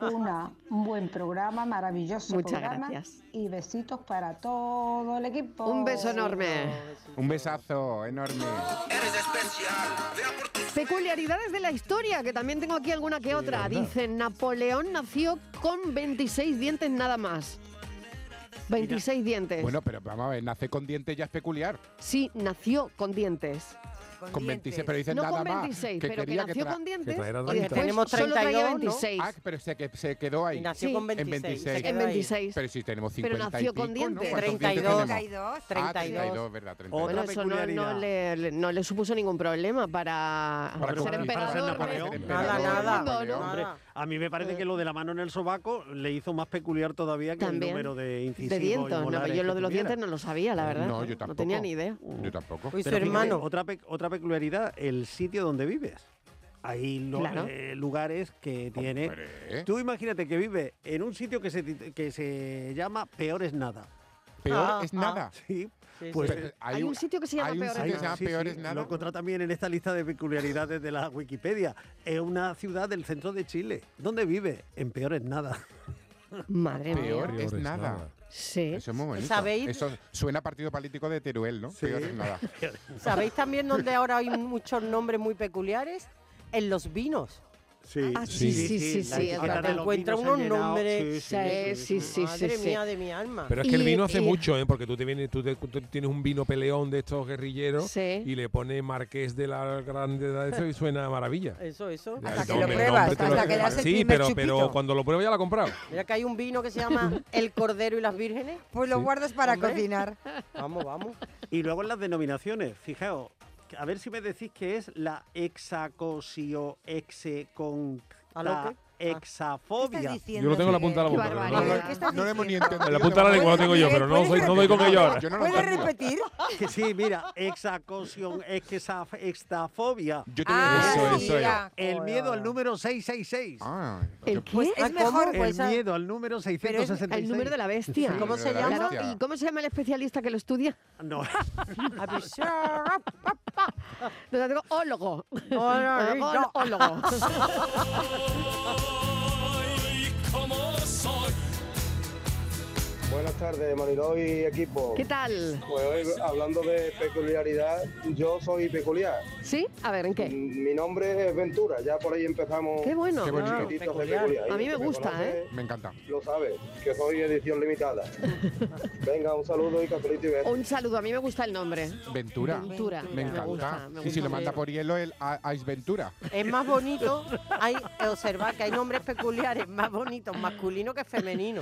[SPEAKER 13] una, un buen programa, maravilloso
[SPEAKER 6] Muchas
[SPEAKER 13] programa.
[SPEAKER 6] gracias.
[SPEAKER 13] Y besitos para todo el equipo.
[SPEAKER 6] Un besazo enorme.
[SPEAKER 1] Peculiaridades de la historia, que también tengo aquí alguna que otra.
[SPEAKER 6] anda.
[SPEAKER 1] Dice, Napoleón nació con 26 dientes nada más. 26 dientes.
[SPEAKER 6] Bueno, pero vamos a ver, nace con dientes ya es peculiar.
[SPEAKER 1] Sí, nació con dientes.
[SPEAKER 6] Con, 26, pero dicen
[SPEAKER 1] No
[SPEAKER 6] nada
[SPEAKER 1] con
[SPEAKER 6] más.
[SPEAKER 1] 26, pero que
[SPEAKER 6] quería
[SPEAKER 1] nació
[SPEAKER 6] tra-
[SPEAKER 1] con dientes
[SPEAKER 6] trajera
[SPEAKER 1] y
[SPEAKER 6] 30.
[SPEAKER 1] después Tenemos solo traía 32, ¿no? 26.
[SPEAKER 6] Ah, pero se, que, se quedó ahí.
[SPEAKER 1] nació Sí. con
[SPEAKER 6] 26. En
[SPEAKER 1] 26, se
[SPEAKER 6] 26.
[SPEAKER 1] quedó ahí. En 26.
[SPEAKER 6] Pero si tenemos
[SPEAKER 1] Pero
[SPEAKER 6] 50
[SPEAKER 1] nació
[SPEAKER 6] y pico,
[SPEAKER 1] con dientes.
[SPEAKER 6] ¿no? ¿Cuántos dientes
[SPEAKER 1] 32,
[SPEAKER 6] tenemos? Ah, 32, verdad, 32.
[SPEAKER 1] Bueno, eso no, no le, le- no le supuso ningún problema para,
[SPEAKER 7] Para
[SPEAKER 1] ser
[SPEAKER 7] conquistar a
[SPEAKER 1] emperador.
[SPEAKER 7] Napoleón.
[SPEAKER 1] de-
[SPEAKER 7] Nada,
[SPEAKER 1] del
[SPEAKER 7] nada.
[SPEAKER 1] mundo, ¿no?
[SPEAKER 7] Hombre, a mí me
[SPEAKER 1] Eh.
[SPEAKER 7] parece que lo de la mano en el sobaco le hizo más peculiar todavía que
[SPEAKER 1] También.
[SPEAKER 7] el número de incisivos
[SPEAKER 1] De
[SPEAKER 7] y
[SPEAKER 1] dientes. no,
[SPEAKER 7] molares
[SPEAKER 1] yo lo
[SPEAKER 7] que
[SPEAKER 1] de los
[SPEAKER 7] tuviera.
[SPEAKER 1] dientes no lo sabía, la verdad.
[SPEAKER 7] No, yo
[SPEAKER 1] No
[SPEAKER 7] tampoco.
[SPEAKER 1] tenía ni idea.
[SPEAKER 6] Yo tampoco.
[SPEAKER 1] Uy, su
[SPEAKER 7] Pero fíjate,
[SPEAKER 1] hermano.
[SPEAKER 7] otra, pe- otra peculiaridad, el sitio donde vives. Hay lo-
[SPEAKER 1] Claro.
[SPEAKER 7] eh, lugares que tiene. Tú imagínate que vives en un sitio que se, tit- que se llama Peor es Nada.
[SPEAKER 6] Peor Ah, es ah. nada.
[SPEAKER 7] Sí.
[SPEAKER 6] Sí,
[SPEAKER 7] Pues,
[SPEAKER 6] sí.
[SPEAKER 7] eh,
[SPEAKER 6] Hay un sitio que se llama
[SPEAKER 7] hay un
[SPEAKER 6] Peor es
[SPEAKER 7] sitio que se
[SPEAKER 6] Nada.
[SPEAKER 7] llama
[SPEAKER 6] Sí,
[SPEAKER 7] Peor
[SPEAKER 6] sí,
[SPEAKER 7] es Nada.
[SPEAKER 6] lo
[SPEAKER 7] Lo encontré también en esta lista de peculiaridades de la Wikipedia. Es una ciudad del centro de Chile. ¿Dónde vive? En Peor es Nada.
[SPEAKER 1] Madre mía.
[SPEAKER 6] Peor es nada.
[SPEAKER 1] Sí.
[SPEAKER 6] Eso es muy bonito.
[SPEAKER 3] ¿Sabéis?
[SPEAKER 6] Eso suena a partido político de Teruel, ¿no? Peor es nada.
[SPEAKER 3] ¿Sabéis también dónde ahora hay muchos nombres muy peculiares? En los vinos.
[SPEAKER 7] Sí,
[SPEAKER 1] Ah, sí, sí, sí, sí,
[SPEAKER 3] la
[SPEAKER 1] sí,
[SPEAKER 3] etiqueta
[SPEAKER 1] es verdad.
[SPEAKER 3] te encuentra
[SPEAKER 1] Los vinos
[SPEAKER 3] unos
[SPEAKER 1] han llenado,
[SPEAKER 3] nombres.
[SPEAKER 1] sí, sí, sí, sí, sí,
[SPEAKER 3] Madre
[SPEAKER 1] sí.
[SPEAKER 3] mía de mi alma.
[SPEAKER 4] Pero es que el
[SPEAKER 1] Y-
[SPEAKER 4] vino hace
[SPEAKER 1] y-
[SPEAKER 4] mucho, ¿eh? porque tú, te vienes, tú, te- tú tienes un vino peleón de estos guerrilleros
[SPEAKER 1] Sí.
[SPEAKER 4] y le pones Marqués de la Grande de eso y suena a maravilla.
[SPEAKER 3] Eso, eso.
[SPEAKER 4] El nombre- el nombre te lo- Sí, pero, pero cuando lo pruebas ya lo has comprado.
[SPEAKER 3] Mira que hay un vino que se llama El Cordero y las Vírgenes.
[SPEAKER 2] Pues lo
[SPEAKER 7] Sí.
[SPEAKER 2] guardas para
[SPEAKER 3] Hombre.
[SPEAKER 2] cocinar.
[SPEAKER 7] Vamos, vamos. Y luego en las denominaciones, fijaos, que- a ver si me decís que es la hexacosio exe con
[SPEAKER 3] ¿A lo que?
[SPEAKER 7] hexafobia.
[SPEAKER 4] Yo lo tengo en la punta de la boca. pero no, lo-
[SPEAKER 6] No lo hemos ni entendido.
[SPEAKER 4] En la punta de la lengua lo tengo yo, pero no, soy, no doy con ello ahora.
[SPEAKER 2] repetir?
[SPEAKER 7] Que sí, mira, hexacosión, hexaf- hexafobia.
[SPEAKER 6] Yo te voy a decir- Ah, Eso, eso mira.
[SPEAKER 7] El miedo al número 666.
[SPEAKER 1] ¿El qué? Pues,
[SPEAKER 7] Ah, ¿cómo? El miedo al número
[SPEAKER 1] Pero es
[SPEAKER 7] 666.
[SPEAKER 1] el número de la bestia.
[SPEAKER 7] Sí, ¿Cómo se
[SPEAKER 1] Claro,
[SPEAKER 7] llama?
[SPEAKER 1] ¿Y cómo se llama el especialista que lo estudia?
[SPEAKER 7] No.
[SPEAKER 1] Lo tengo ólogo.
[SPEAKER 11] Hola,
[SPEAKER 1] Ólogo.
[SPEAKER 11] Soy como soy.
[SPEAKER 15] Buenas tardes, Mariló y equipo.
[SPEAKER 1] ¿Qué tal?
[SPEAKER 15] Pues hoy, hablando de peculiaridad, yo soy peculiar.
[SPEAKER 1] ¿Sí? A ver, ¿en qué?
[SPEAKER 15] Mm, Mi nombre es Ventura, ya por ahí empezamos.
[SPEAKER 1] Qué bueno.
[SPEAKER 15] Qué
[SPEAKER 1] Ah, peculiar. A mí me gusta, ¿eh?
[SPEAKER 6] Me encanta.
[SPEAKER 15] Lo sabes, que soy edición limitada. Venga, un saludo y cafelito y besos.
[SPEAKER 1] Un saludo, a mí me gusta el nombre.
[SPEAKER 6] Ventura.
[SPEAKER 1] Ventura.
[SPEAKER 6] Me encanta.
[SPEAKER 1] gusta, me
[SPEAKER 6] y si
[SPEAKER 1] gusta.
[SPEAKER 6] lo manda por hielo, el a- Ice Ventura.
[SPEAKER 3] Es más bonito, hay observar que hay nombres peculiares más bonitos, masculino que femenino.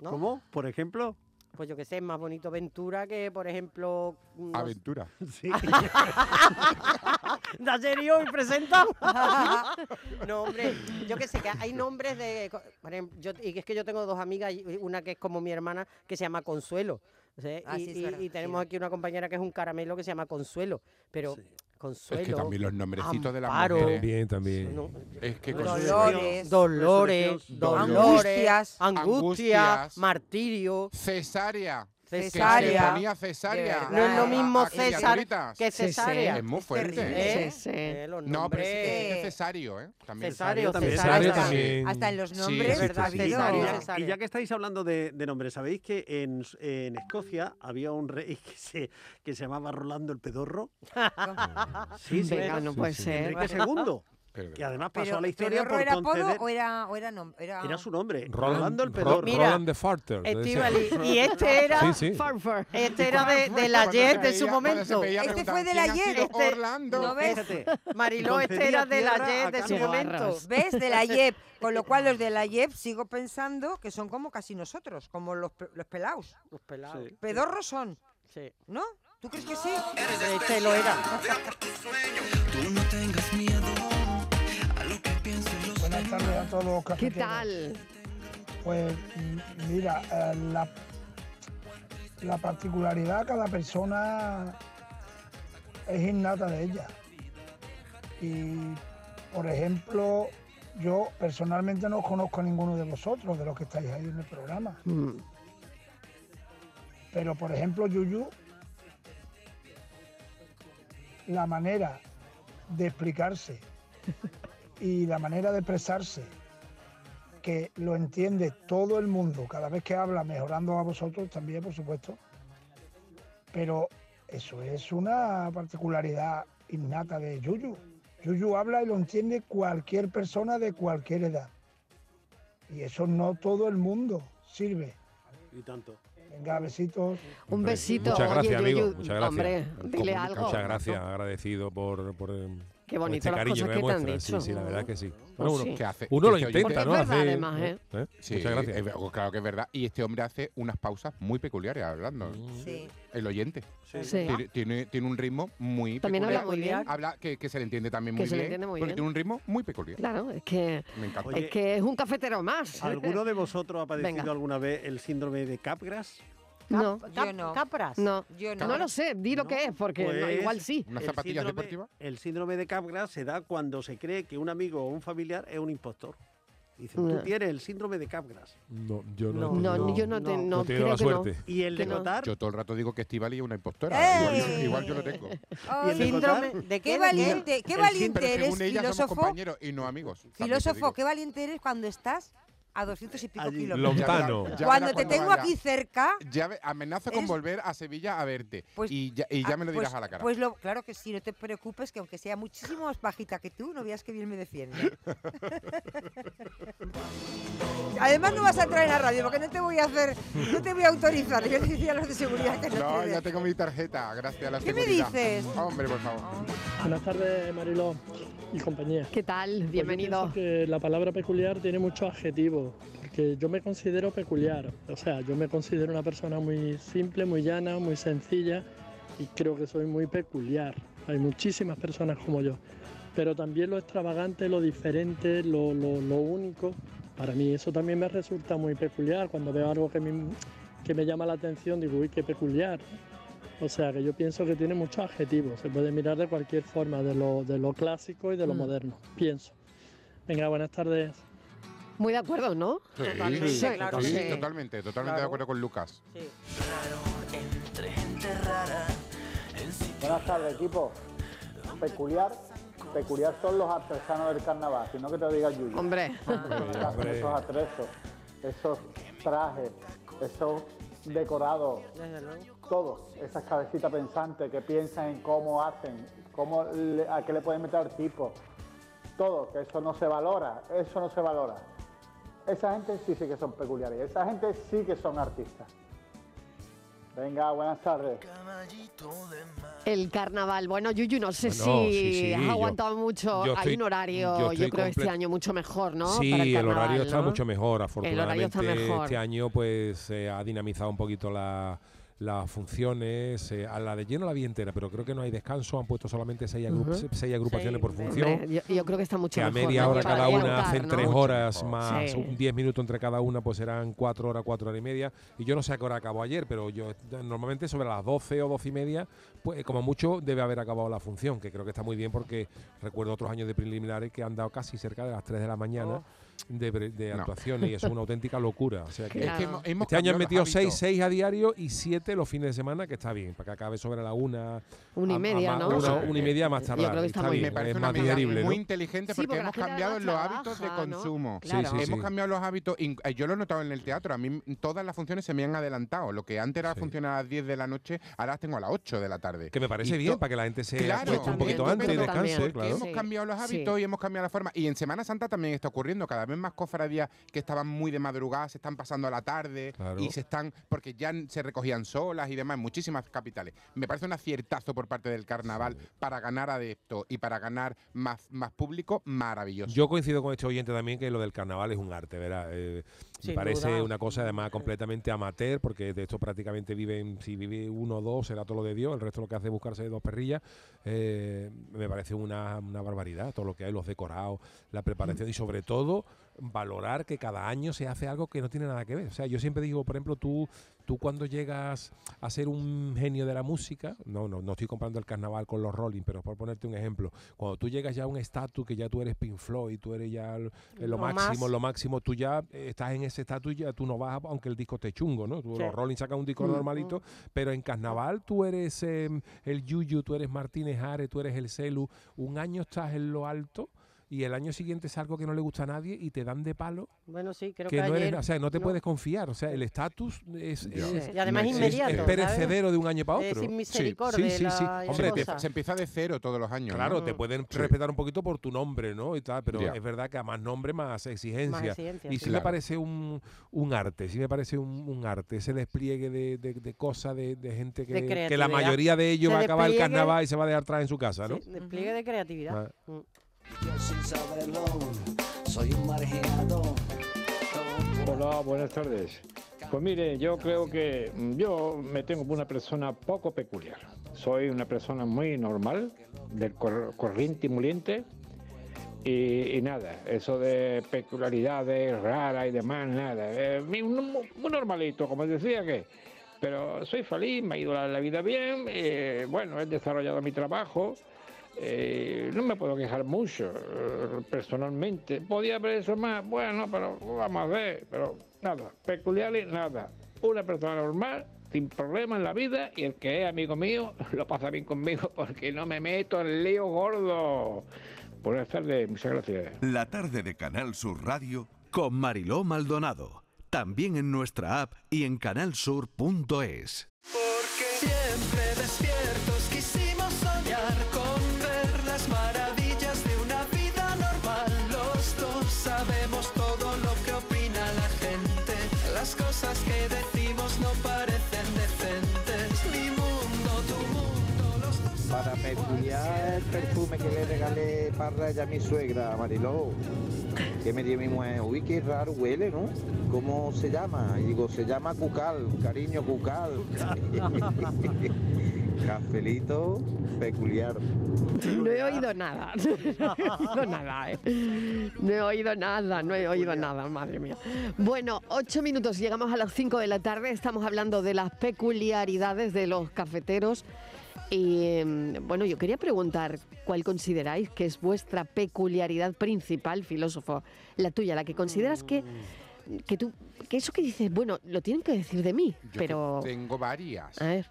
[SPEAKER 3] ¿no?
[SPEAKER 7] ¿Cómo? Por ejemplo.
[SPEAKER 3] Pues yo que sé, es más bonito Ventura que, por ejemplo... mm, no sé.
[SPEAKER 6] Aventura.
[SPEAKER 7] Sí.
[SPEAKER 3] ¿De ayer y hoy presentamos? no, hombre, yo que sé, que hay nombres de... co- por ejemplo, yo- y es que yo tengo dos amigas, y una que es como mi hermana, que se llama Consuelo. o sea,
[SPEAKER 2] Ah,
[SPEAKER 3] y,
[SPEAKER 2] sí, es
[SPEAKER 3] y-
[SPEAKER 2] verdad,
[SPEAKER 3] y
[SPEAKER 2] sí.
[SPEAKER 3] tenemos aquí una compañera que es un caramelo que se llama Consuelo. Pero Consuelo...
[SPEAKER 6] Es que también los nombrecitos de las
[SPEAKER 3] Amparo,
[SPEAKER 6] mujeres.
[SPEAKER 4] También, también.
[SPEAKER 3] No.
[SPEAKER 6] Es que
[SPEAKER 3] Dolores, Dolores,
[SPEAKER 6] Dolores,
[SPEAKER 3] Dolores,
[SPEAKER 6] Angustias.
[SPEAKER 3] angustia,
[SPEAKER 6] Angustias.
[SPEAKER 3] martirio,
[SPEAKER 6] cesárea,
[SPEAKER 2] Cesárea.
[SPEAKER 6] Que se ponía cesárea.
[SPEAKER 3] No es lo mismo
[SPEAKER 6] a- a
[SPEAKER 3] César
[SPEAKER 6] criaturitas.
[SPEAKER 3] que cesárea.
[SPEAKER 6] Es muy fuerte.
[SPEAKER 3] ¿Eh? Eh, los
[SPEAKER 6] No, pero
[SPEAKER 3] nombres.
[SPEAKER 6] sí que es necesario, ¿eh? También.
[SPEAKER 3] Cesario,
[SPEAKER 6] Cesario
[SPEAKER 2] también. Hasta en los nombres,
[SPEAKER 6] existe,
[SPEAKER 2] ¿verdad?
[SPEAKER 6] sí.
[SPEAKER 7] Y
[SPEAKER 2] Cesario,
[SPEAKER 7] ya-
[SPEAKER 2] cesárea.
[SPEAKER 7] y ya que estáis hablando de, de nombres, ¿sabéis que en, en Escocia había un rey que se, que se llamaba Rolando el Pedorro? Sí, sí.
[SPEAKER 1] Venga, no
[SPEAKER 7] Sí,
[SPEAKER 1] puede
[SPEAKER 7] sí.
[SPEAKER 1] ser.
[SPEAKER 7] Enrique II. Que además pasó a la historia
[SPEAKER 2] ¿Pedorro
[SPEAKER 7] por
[SPEAKER 2] era apodo
[SPEAKER 7] conceder...
[SPEAKER 2] o era, o era nombre?
[SPEAKER 7] Era su nombre,
[SPEAKER 4] Roland-
[SPEAKER 7] Rolando el
[SPEAKER 4] Ro-
[SPEAKER 7] Pedorro.
[SPEAKER 4] Roland the Farter, le decía.
[SPEAKER 3] Estivali, y este era
[SPEAKER 4] Sí, sí.
[SPEAKER 3] este era de, de la
[SPEAKER 2] Cuando se
[SPEAKER 3] Jet de su
[SPEAKER 2] veía- cuando se
[SPEAKER 3] momento.
[SPEAKER 2] veía, Este preguntaba, fue de la "¿Quién ha Jet?". sido
[SPEAKER 3] Este-
[SPEAKER 2] Orlando?
[SPEAKER 3] ¿no ves?
[SPEAKER 2] Fíjate.
[SPEAKER 3] Mariló, este era de la Jet de su momento.
[SPEAKER 2] ¿Ves? De la YEP. Con lo cual los de la YEP sigo pensando que son como casi nosotros, como los, pe- los pelaos.
[SPEAKER 3] Los pelados. Sí.
[SPEAKER 2] Pedorros son.
[SPEAKER 3] Sí.
[SPEAKER 2] ¿No? ¿Tú crees que sí?
[SPEAKER 3] Este lo era.
[SPEAKER 19] Buenas tardes a todos los
[SPEAKER 1] ¿Qué
[SPEAKER 19] cafeteros.
[SPEAKER 1] tal?
[SPEAKER 19] Pues mm, mira, eh, la, la particularidad de cada persona es innata de ella. Y por ejemplo, yo personalmente no conozco a ninguno de vosotros, de los que estáis ahí en el programa. Pero por ejemplo, Yuyu, la manera de explicarse y la manera de expresarse, que lo entiende todo el mundo, cada vez que habla, mejorando a vosotros también, por supuesto. Pero eso es una particularidad innata de Yuyu. Yuyu habla y lo entiende cualquier persona de cualquier edad. Y eso no todo el mundo sirve.
[SPEAKER 7] Y tanto.
[SPEAKER 19] Venga, besitos.
[SPEAKER 1] Un besito.
[SPEAKER 4] Muchas
[SPEAKER 1] Oye,
[SPEAKER 4] gracias, amigo.
[SPEAKER 1] Yuyu,
[SPEAKER 4] Muchas gracias.
[SPEAKER 1] Hombre, dile
[SPEAKER 4] Como-
[SPEAKER 1] algo.
[SPEAKER 4] Muchas gracias, agradecido por, por, eh,
[SPEAKER 1] Qué
[SPEAKER 4] por
[SPEAKER 1] bonito
[SPEAKER 4] este
[SPEAKER 1] las
[SPEAKER 4] cariño
[SPEAKER 1] cosas
[SPEAKER 4] me
[SPEAKER 1] que te han
[SPEAKER 4] muestras.
[SPEAKER 1] dicho.
[SPEAKER 4] Sí, sí, la verdad que sí.
[SPEAKER 1] Pues
[SPEAKER 4] Bueno, uno
[SPEAKER 1] sí.
[SPEAKER 6] que hace-
[SPEAKER 4] uno
[SPEAKER 6] que
[SPEAKER 4] lo
[SPEAKER 6] este oyente-
[SPEAKER 4] intenta, ¿no?
[SPEAKER 1] Porque es verdad,
[SPEAKER 4] Hace-
[SPEAKER 1] además, ¿eh?
[SPEAKER 4] ¿eh?
[SPEAKER 6] Sí,
[SPEAKER 4] Muchas gracias.
[SPEAKER 6] eh, claro que es verdad. Y este hombre hace unas pausas muy peculiares hablando.
[SPEAKER 2] Sí.
[SPEAKER 6] El oyente.
[SPEAKER 2] Sí.
[SPEAKER 1] Sí.
[SPEAKER 6] Tiene, tiene- tiene un ritmo muy
[SPEAKER 1] También habla
[SPEAKER 6] peculiar.
[SPEAKER 1] muy bien.
[SPEAKER 6] Habla que, que se le entiende también
[SPEAKER 1] Que
[SPEAKER 6] muy
[SPEAKER 1] se le
[SPEAKER 6] bien.
[SPEAKER 1] entiende muy
[SPEAKER 6] pero
[SPEAKER 1] bien.
[SPEAKER 6] tiene un ritmo muy peculiar.
[SPEAKER 1] Claro, es que
[SPEAKER 6] Me encanta.
[SPEAKER 1] es que es un cafetero más.
[SPEAKER 7] ¿Alguno de vosotros ha padecido
[SPEAKER 1] Venga.
[SPEAKER 7] alguna vez el síndrome de Capgras?
[SPEAKER 1] No.
[SPEAKER 2] Yo no.
[SPEAKER 3] ¿Capras?
[SPEAKER 1] No.
[SPEAKER 2] Yo
[SPEAKER 1] no.
[SPEAKER 2] no.
[SPEAKER 1] lo sé, di lo que es, porque no,
[SPEAKER 7] Pues,
[SPEAKER 1] igual sí.
[SPEAKER 7] el síndrome- El síndrome de Capgras se da cuando se cree que un amigo o un familiar es un impostor. Dicen,
[SPEAKER 1] No.
[SPEAKER 7] tú tienes el síndrome de Capgras.
[SPEAKER 4] No, yo
[SPEAKER 1] No,
[SPEAKER 4] no. he tenido-
[SPEAKER 1] no, yo no te- no,
[SPEAKER 4] he tenido
[SPEAKER 1] creo
[SPEAKER 4] la
[SPEAKER 1] que no.
[SPEAKER 4] suerte.
[SPEAKER 7] Y el de
[SPEAKER 1] Que no.
[SPEAKER 7] notar,
[SPEAKER 6] Yo todo el rato digo que Estivali es una impostora. Igual yo, igual yo lo tengo.
[SPEAKER 7] y el de notar
[SPEAKER 3] ¿De qué?
[SPEAKER 2] Qué
[SPEAKER 3] ¿De
[SPEAKER 2] valiente, qué
[SPEAKER 6] El
[SPEAKER 2] valiente
[SPEAKER 6] Pero
[SPEAKER 2] eres,
[SPEAKER 6] según ella somos
[SPEAKER 2] filósofo.
[SPEAKER 6] compañeros y no amigos. también te
[SPEAKER 2] Filósofo,
[SPEAKER 6] digo.
[SPEAKER 2] qué valiente eres cuando estás a 200 y pico
[SPEAKER 6] Allí.
[SPEAKER 2] kilómetros.
[SPEAKER 6] Lontano. Ya verá- ya
[SPEAKER 2] Cuando
[SPEAKER 6] verá
[SPEAKER 2] te
[SPEAKER 6] cuando
[SPEAKER 2] tengo
[SPEAKER 6] vaya.
[SPEAKER 2] aquí cerca.
[SPEAKER 6] Ya ve- amenazo con
[SPEAKER 2] Eres-
[SPEAKER 6] volver a Sevilla a verte.
[SPEAKER 2] Pues-
[SPEAKER 6] y ya, y ya
[SPEAKER 2] ah,
[SPEAKER 6] me lo dirás
[SPEAKER 2] pues-
[SPEAKER 6] a la cara.
[SPEAKER 2] Pues lo, claro que sí, no te preocupes, que aunque sea muchísimo más bajita que tú, no veas que bien me defiende. Además no vas a entrar en la radio porque no te voy a hacer, no te voy a autorizar. Yo le decía a los de seguridad que no,
[SPEAKER 6] No,
[SPEAKER 2] te
[SPEAKER 6] ya tengo mi tarjeta, gracias a la
[SPEAKER 2] ¿Qué me
[SPEAKER 6] seguridad.
[SPEAKER 2] dices?
[SPEAKER 6] Hombre, por favor.
[SPEAKER 14] Buenas tardes, Mariló y compañía.
[SPEAKER 1] ¿Qué tal?
[SPEAKER 14] Pues yo
[SPEAKER 1] Bienvenido.
[SPEAKER 14] pienso que la palabra peculiar tiene muchos adjetivos, porque yo me considero peculiar, o sea, yo me considero una persona muy simple, muy llana, muy sencilla y creo que soy muy peculiar. Hay muchísimas personas como yo, pero también lo extravagante, lo diferente, lo, lo- lo único, para mí eso también me resulta muy peculiar. Cuando veo algo que me, que me llama la atención, digo, uy, qué peculiar. O sea que yo pienso que tiene muchos adjetivos, se puede mirar de cualquier forma, de lo, de lo clásico y de lo moderno, pienso. Venga, buenas tardes.
[SPEAKER 1] Muy de acuerdo, ¿no?
[SPEAKER 6] Sí,
[SPEAKER 1] Totalmente,
[SPEAKER 6] sí,
[SPEAKER 1] claro,
[SPEAKER 6] sí,
[SPEAKER 1] sí.
[SPEAKER 6] totalmente, totalmente de
[SPEAKER 1] Claro.
[SPEAKER 6] acuerdo con Lucas.
[SPEAKER 20] Buenas tardes, equipo. Peculiar, peculiar son los artesanos del carnaval, sino que te lo diga Yuyu.
[SPEAKER 1] Hombre.
[SPEAKER 20] Esos
[SPEAKER 1] Hombre.
[SPEAKER 20] atrezos, esos trajes, esos decorados, todo, esas cabecitas pensantes que piensan en cómo hacen, cómo le- a qué le pueden meter al tipo, todo, que eso no se valora, eso no se valora. Esa gente sí, sí que son peculiares, esa gente sí que son artistas. Venga, buenas tardes.
[SPEAKER 1] El carnaval. Bueno, Yuyu, no sé
[SPEAKER 4] Bueno,
[SPEAKER 1] si
[SPEAKER 4] sí, sí,
[SPEAKER 1] has
[SPEAKER 4] yo-
[SPEAKER 1] aguantado mucho.
[SPEAKER 4] yo estoy-
[SPEAKER 1] Hay un horario,
[SPEAKER 4] yo
[SPEAKER 1] yo,
[SPEAKER 4] estoy
[SPEAKER 1] creo, este
[SPEAKER 4] comple-
[SPEAKER 1] año mucho mejor, ¿no?
[SPEAKER 4] Sí,
[SPEAKER 1] Para
[SPEAKER 4] el, horario
[SPEAKER 1] carnaval,
[SPEAKER 4] está
[SPEAKER 1] ¿no?
[SPEAKER 4] mucho mejor,
[SPEAKER 1] El horario
[SPEAKER 4] afortunadamente.
[SPEAKER 1] está mejor.
[SPEAKER 4] Este año pues se ha dinamizado un poquito la- las funciones. eh, a la de lleno la vi entera, pero creo que no hay descanso. Han puesto solamente seis, agru-
[SPEAKER 1] Ujú.
[SPEAKER 4] seis agrupaciones por función.
[SPEAKER 1] Hombre, yo, yo creo que está mucho
[SPEAKER 4] que a
[SPEAKER 1] mejor.
[SPEAKER 4] media
[SPEAKER 1] ¿no?
[SPEAKER 4] hora
[SPEAKER 1] Para
[SPEAKER 4] cada una
[SPEAKER 1] aguantar,
[SPEAKER 4] hacen
[SPEAKER 1] ¿no?
[SPEAKER 4] tres horas más
[SPEAKER 1] Sí.
[SPEAKER 4] un 10 minutos entre cada una pues serán cuatro horas cuatro horas y media y yo no sé a qué hora acabó ayer pero yo eh, normalmente sobre las 12 o 12 y media pues como mucho debe haber acabado la
[SPEAKER 1] Oh.
[SPEAKER 4] función que creo que está muy bien porque recuerdo otros años de preliminares que han dado casi cerca de las 3 de la mañana de, pre- de actuaciones y es una auténtica locura. O sea que
[SPEAKER 6] Es que hemos- hemos
[SPEAKER 4] este
[SPEAKER 6] cambiado
[SPEAKER 4] año han
[SPEAKER 6] los
[SPEAKER 4] metido
[SPEAKER 6] hábitos.
[SPEAKER 4] 6, 6 a diario y 7 los fines de semana, que está bien, para que acabe sobre la una.
[SPEAKER 1] Una y
[SPEAKER 4] a- a
[SPEAKER 1] media,
[SPEAKER 4] más-
[SPEAKER 1] ¿no?
[SPEAKER 4] una-
[SPEAKER 1] Sí.
[SPEAKER 4] una y media más
[SPEAKER 1] Yo
[SPEAKER 4] tardar.
[SPEAKER 1] creo que está
[SPEAKER 4] está
[SPEAKER 1] muy
[SPEAKER 4] bien,
[SPEAKER 1] bien. Me parece
[SPEAKER 4] es
[SPEAKER 6] una
[SPEAKER 4] más
[SPEAKER 6] medida
[SPEAKER 4] digerible.
[SPEAKER 6] muy
[SPEAKER 4] ¿no?
[SPEAKER 6] inteligente
[SPEAKER 1] Sí,
[SPEAKER 6] porque,
[SPEAKER 1] porque
[SPEAKER 6] hemos
[SPEAKER 1] la gente
[SPEAKER 6] cambiado los
[SPEAKER 1] trabaja,
[SPEAKER 6] hábitos de
[SPEAKER 1] ¿no?
[SPEAKER 6] consumo.
[SPEAKER 4] Claro. Sí, sí,
[SPEAKER 6] hemos
[SPEAKER 4] sí.
[SPEAKER 6] cambiado los hábitos. in- eh, Yo lo he notado en el teatro. A mí todas las funciones se me han adelantado. Lo que antes era funcionar a las 10 de la noche, ahora las tengo a las 8 de la tarde.
[SPEAKER 4] Que me parece
[SPEAKER 6] Y
[SPEAKER 4] bien,
[SPEAKER 6] to-
[SPEAKER 4] para que la gente se
[SPEAKER 6] Claro,
[SPEAKER 4] acueste un poquito antes y
[SPEAKER 6] estupendo,
[SPEAKER 4] descanse.
[SPEAKER 6] porque
[SPEAKER 4] Claro.
[SPEAKER 6] Hemos cambiado los hábitos y hemos cambiado la forma. Y en Semana Santa también está ocurriendo. Cada vez más cofradías que estaban muy de madrugada se están pasando a la tarde
[SPEAKER 4] Claro.
[SPEAKER 6] y se están. porque ya n- se recogían solas y demás en muchísimas capitales. Me parece un aciertazo por parte del carnaval para ganar adeptos y para ganar más, más público maravilloso.
[SPEAKER 4] Yo coincido con este oyente también que lo del carnaval es un arte, ¿verdad? Eh, me
[SPEAKER 6] Sin
[SPEAKER 4] parece
[SPEAKER 6] duda.
[SPEAKER 4] una cosa además completamente amateur, porque de esto prácticamente viven, si vive uno o dos, será todo lo de Dios, el resto lo que hace es buscarse dos perrillas. Eh, me parece una, una barbaridad todo lo que hay, los decorados, la preparación y sobre todo valorar que cada año se hace algo que no tiene nada que ver. O sea, yo siempre digo, por ejemplo, tú, tú cuando llegas a ser un genio de la música, no, no, no estoy comparando el carnaval con los Rolling, pero por ponerte un ejemplo, cuando tú llegas ya a un estatus que ya tú eres Pink Floyd, tú eres ya lo, eh, lo
[SPEAKER 6] Lo
[SPEAKER 4] máximo,
[SPEAKER 6] más.
[SPEAKER 4] lo máximo, tú ya eh, estás en ese estatus, ya tú no vas, aunque el disco esté chungo, ¿no? Tú,
[SPEAKER 6] Sí.
[SPEAKER 4] Los Rolling sacan un disco
[SPEAKER 6] Mm,
[SPEAKER 4] normalito, pero en carnaval tú eres eh, el Yuyu, tú eres Martínez Ares, tú eres el Celu, un año estás en lo alto. Y el año siguiente es algo que no le gusta a nadie y te dan de palo
[SPEAKER 3] Bueno, sí, creo que,
[SPEAKER 4] que, no eres-
[SPEAKER 3] ayer-
[SPEAKER 4] o sea, no te puedes confiar, o sea, el estatus es,
[SPEAKER 6] Ya.
[SPEAKER 4] es-
[SPEAKER 6] Sí. Y además
[SPEAKER 4] es-
[SPEAKER 6] inmediato,
[SPEAKER 4] es
[SPEAKER 6] ¿sabes?
[SPEAKER 4] perecedero de un año para
[SPEAKER 6] Es
[SPEAKER 4] otro.
[SPEAKER 6] sin
[SPEAKER 4] Sí,
[SPEAKER 6] misericordia
[SPEAKER 4] Sí, sí, sí.
[SPEAKER 6] la- y
[SPEAKER 4] Hombre,
[SPEAKER 6] la
[SPEAKER 4] te-
[SPEAKER 6] cosa.
[SPEAKER 4] se-
[SPEAKER 6] empieza de cero todos los años.
[SPEAKER 4] claro,
[SPEAKER 6] ¿no?
[SPEAKER 4] te pueden respetar un poquito por tu nombre, ¿no? Y tal, pero
[SPEAKER 6] Ya.
[SPEAKER 4] es verdad que a más nombre, más exigencia.
[SPEAKER 6] Más exigencia,
[SPEAKER 4] y sí
[SPEAKER 6] sí.
[SPEAKER 4] me
[SPEAKER 6] Claro.
[SPEAKER 4] parece un, un arte, sí me parece un, un arte, ese despliegue de, de- de cosas, de, de gente que,
[SPEAKER 3] De
[SPEAKER 4] que la
[SPEAKER 3] creatividad.
[SPEAKER 4] mayoría de ellos
[SPEAKER 3] Ese
[SPEAKER 4] va a acabar el
[SPEAKER 3] despliegue-
[SPEAKER 4] carnaval y se va a dejar atrás en su casa, ¿no?
[SPEAKER 3] Sí, despliegue de creatividad.
[SPEAKER 4] Ah.
[SPEAKER 3] Mm.
[SPEAKER 21] Yo sin saberlo, soy un marginado.
[SPEAKER 22] Hola, buenas tardes. Pues mire, yo creo que mm, yo me tengo por una persona poco peculiar. Soy una persona muy normal, del cor- corriente y moliente. Y, y nada, eso de peculiaridades raras y demás, nada. Eh, mi- un- muy, normalito, como decía que. Pero soy feliz, me ha ido la, la vida bien. eh, bueno, he desarrollado mi trabajo. Eh, no me puedo quejar mucho eh, personalmente. Podía haber hecho más, bueno, pero vamos a ver. Pero nada, peculiares, nada. Una persona normal, sin problemas en la vida, y el que es amigo mío lo pasa bien conmigo porque no me meto en lío gordo. Buenas tardes, muchas gracias.
[SPEAKER 16] La tarde de Canal Sur Radio con Mariló Maldonado. También en nuestra app y en canalsur.es.
[SPEAKER 11] Siempre despiertos quisimos soñar con ver las maravillas de una vida normal. Los dos sabemos todo lo que opina la gente. Las cosas que decimos no parecen decentes. Mi mundo, tu mundo, los dos.
[SPEAKER 23] Para peculiar el perfume que le regalé para ella a mi suegra, Mariló, que me dio mi mujer, uy, qué raro huele, ¿no? ¿Cómo se llama? Y digo, se llama Cucal, cariño Cucal. Cafelito peculiar.
[SPEAKER 1] No he oído nada. No he oído nada, ¿eh? No he oído nada, no he oído nada, madre mía. Bueno, ocho minutos, llegamos a las cinco de la tarde, estamos hablando de las peculiaridades de los cafeteros. Y eh, bueno, yo quería preguntar cuál consideráis que es vuestra peculiaridad principal, filósofo, la tuya, la que consideras que, que tú, que eso que dices, bueno, lo tienen que decir de mí,
[SPEAKER 6] Mm. Yo
[SPEAKER 1] pero...
[SPEAKER 6] te- tengo varias.
[SPEAKER 1] A ver.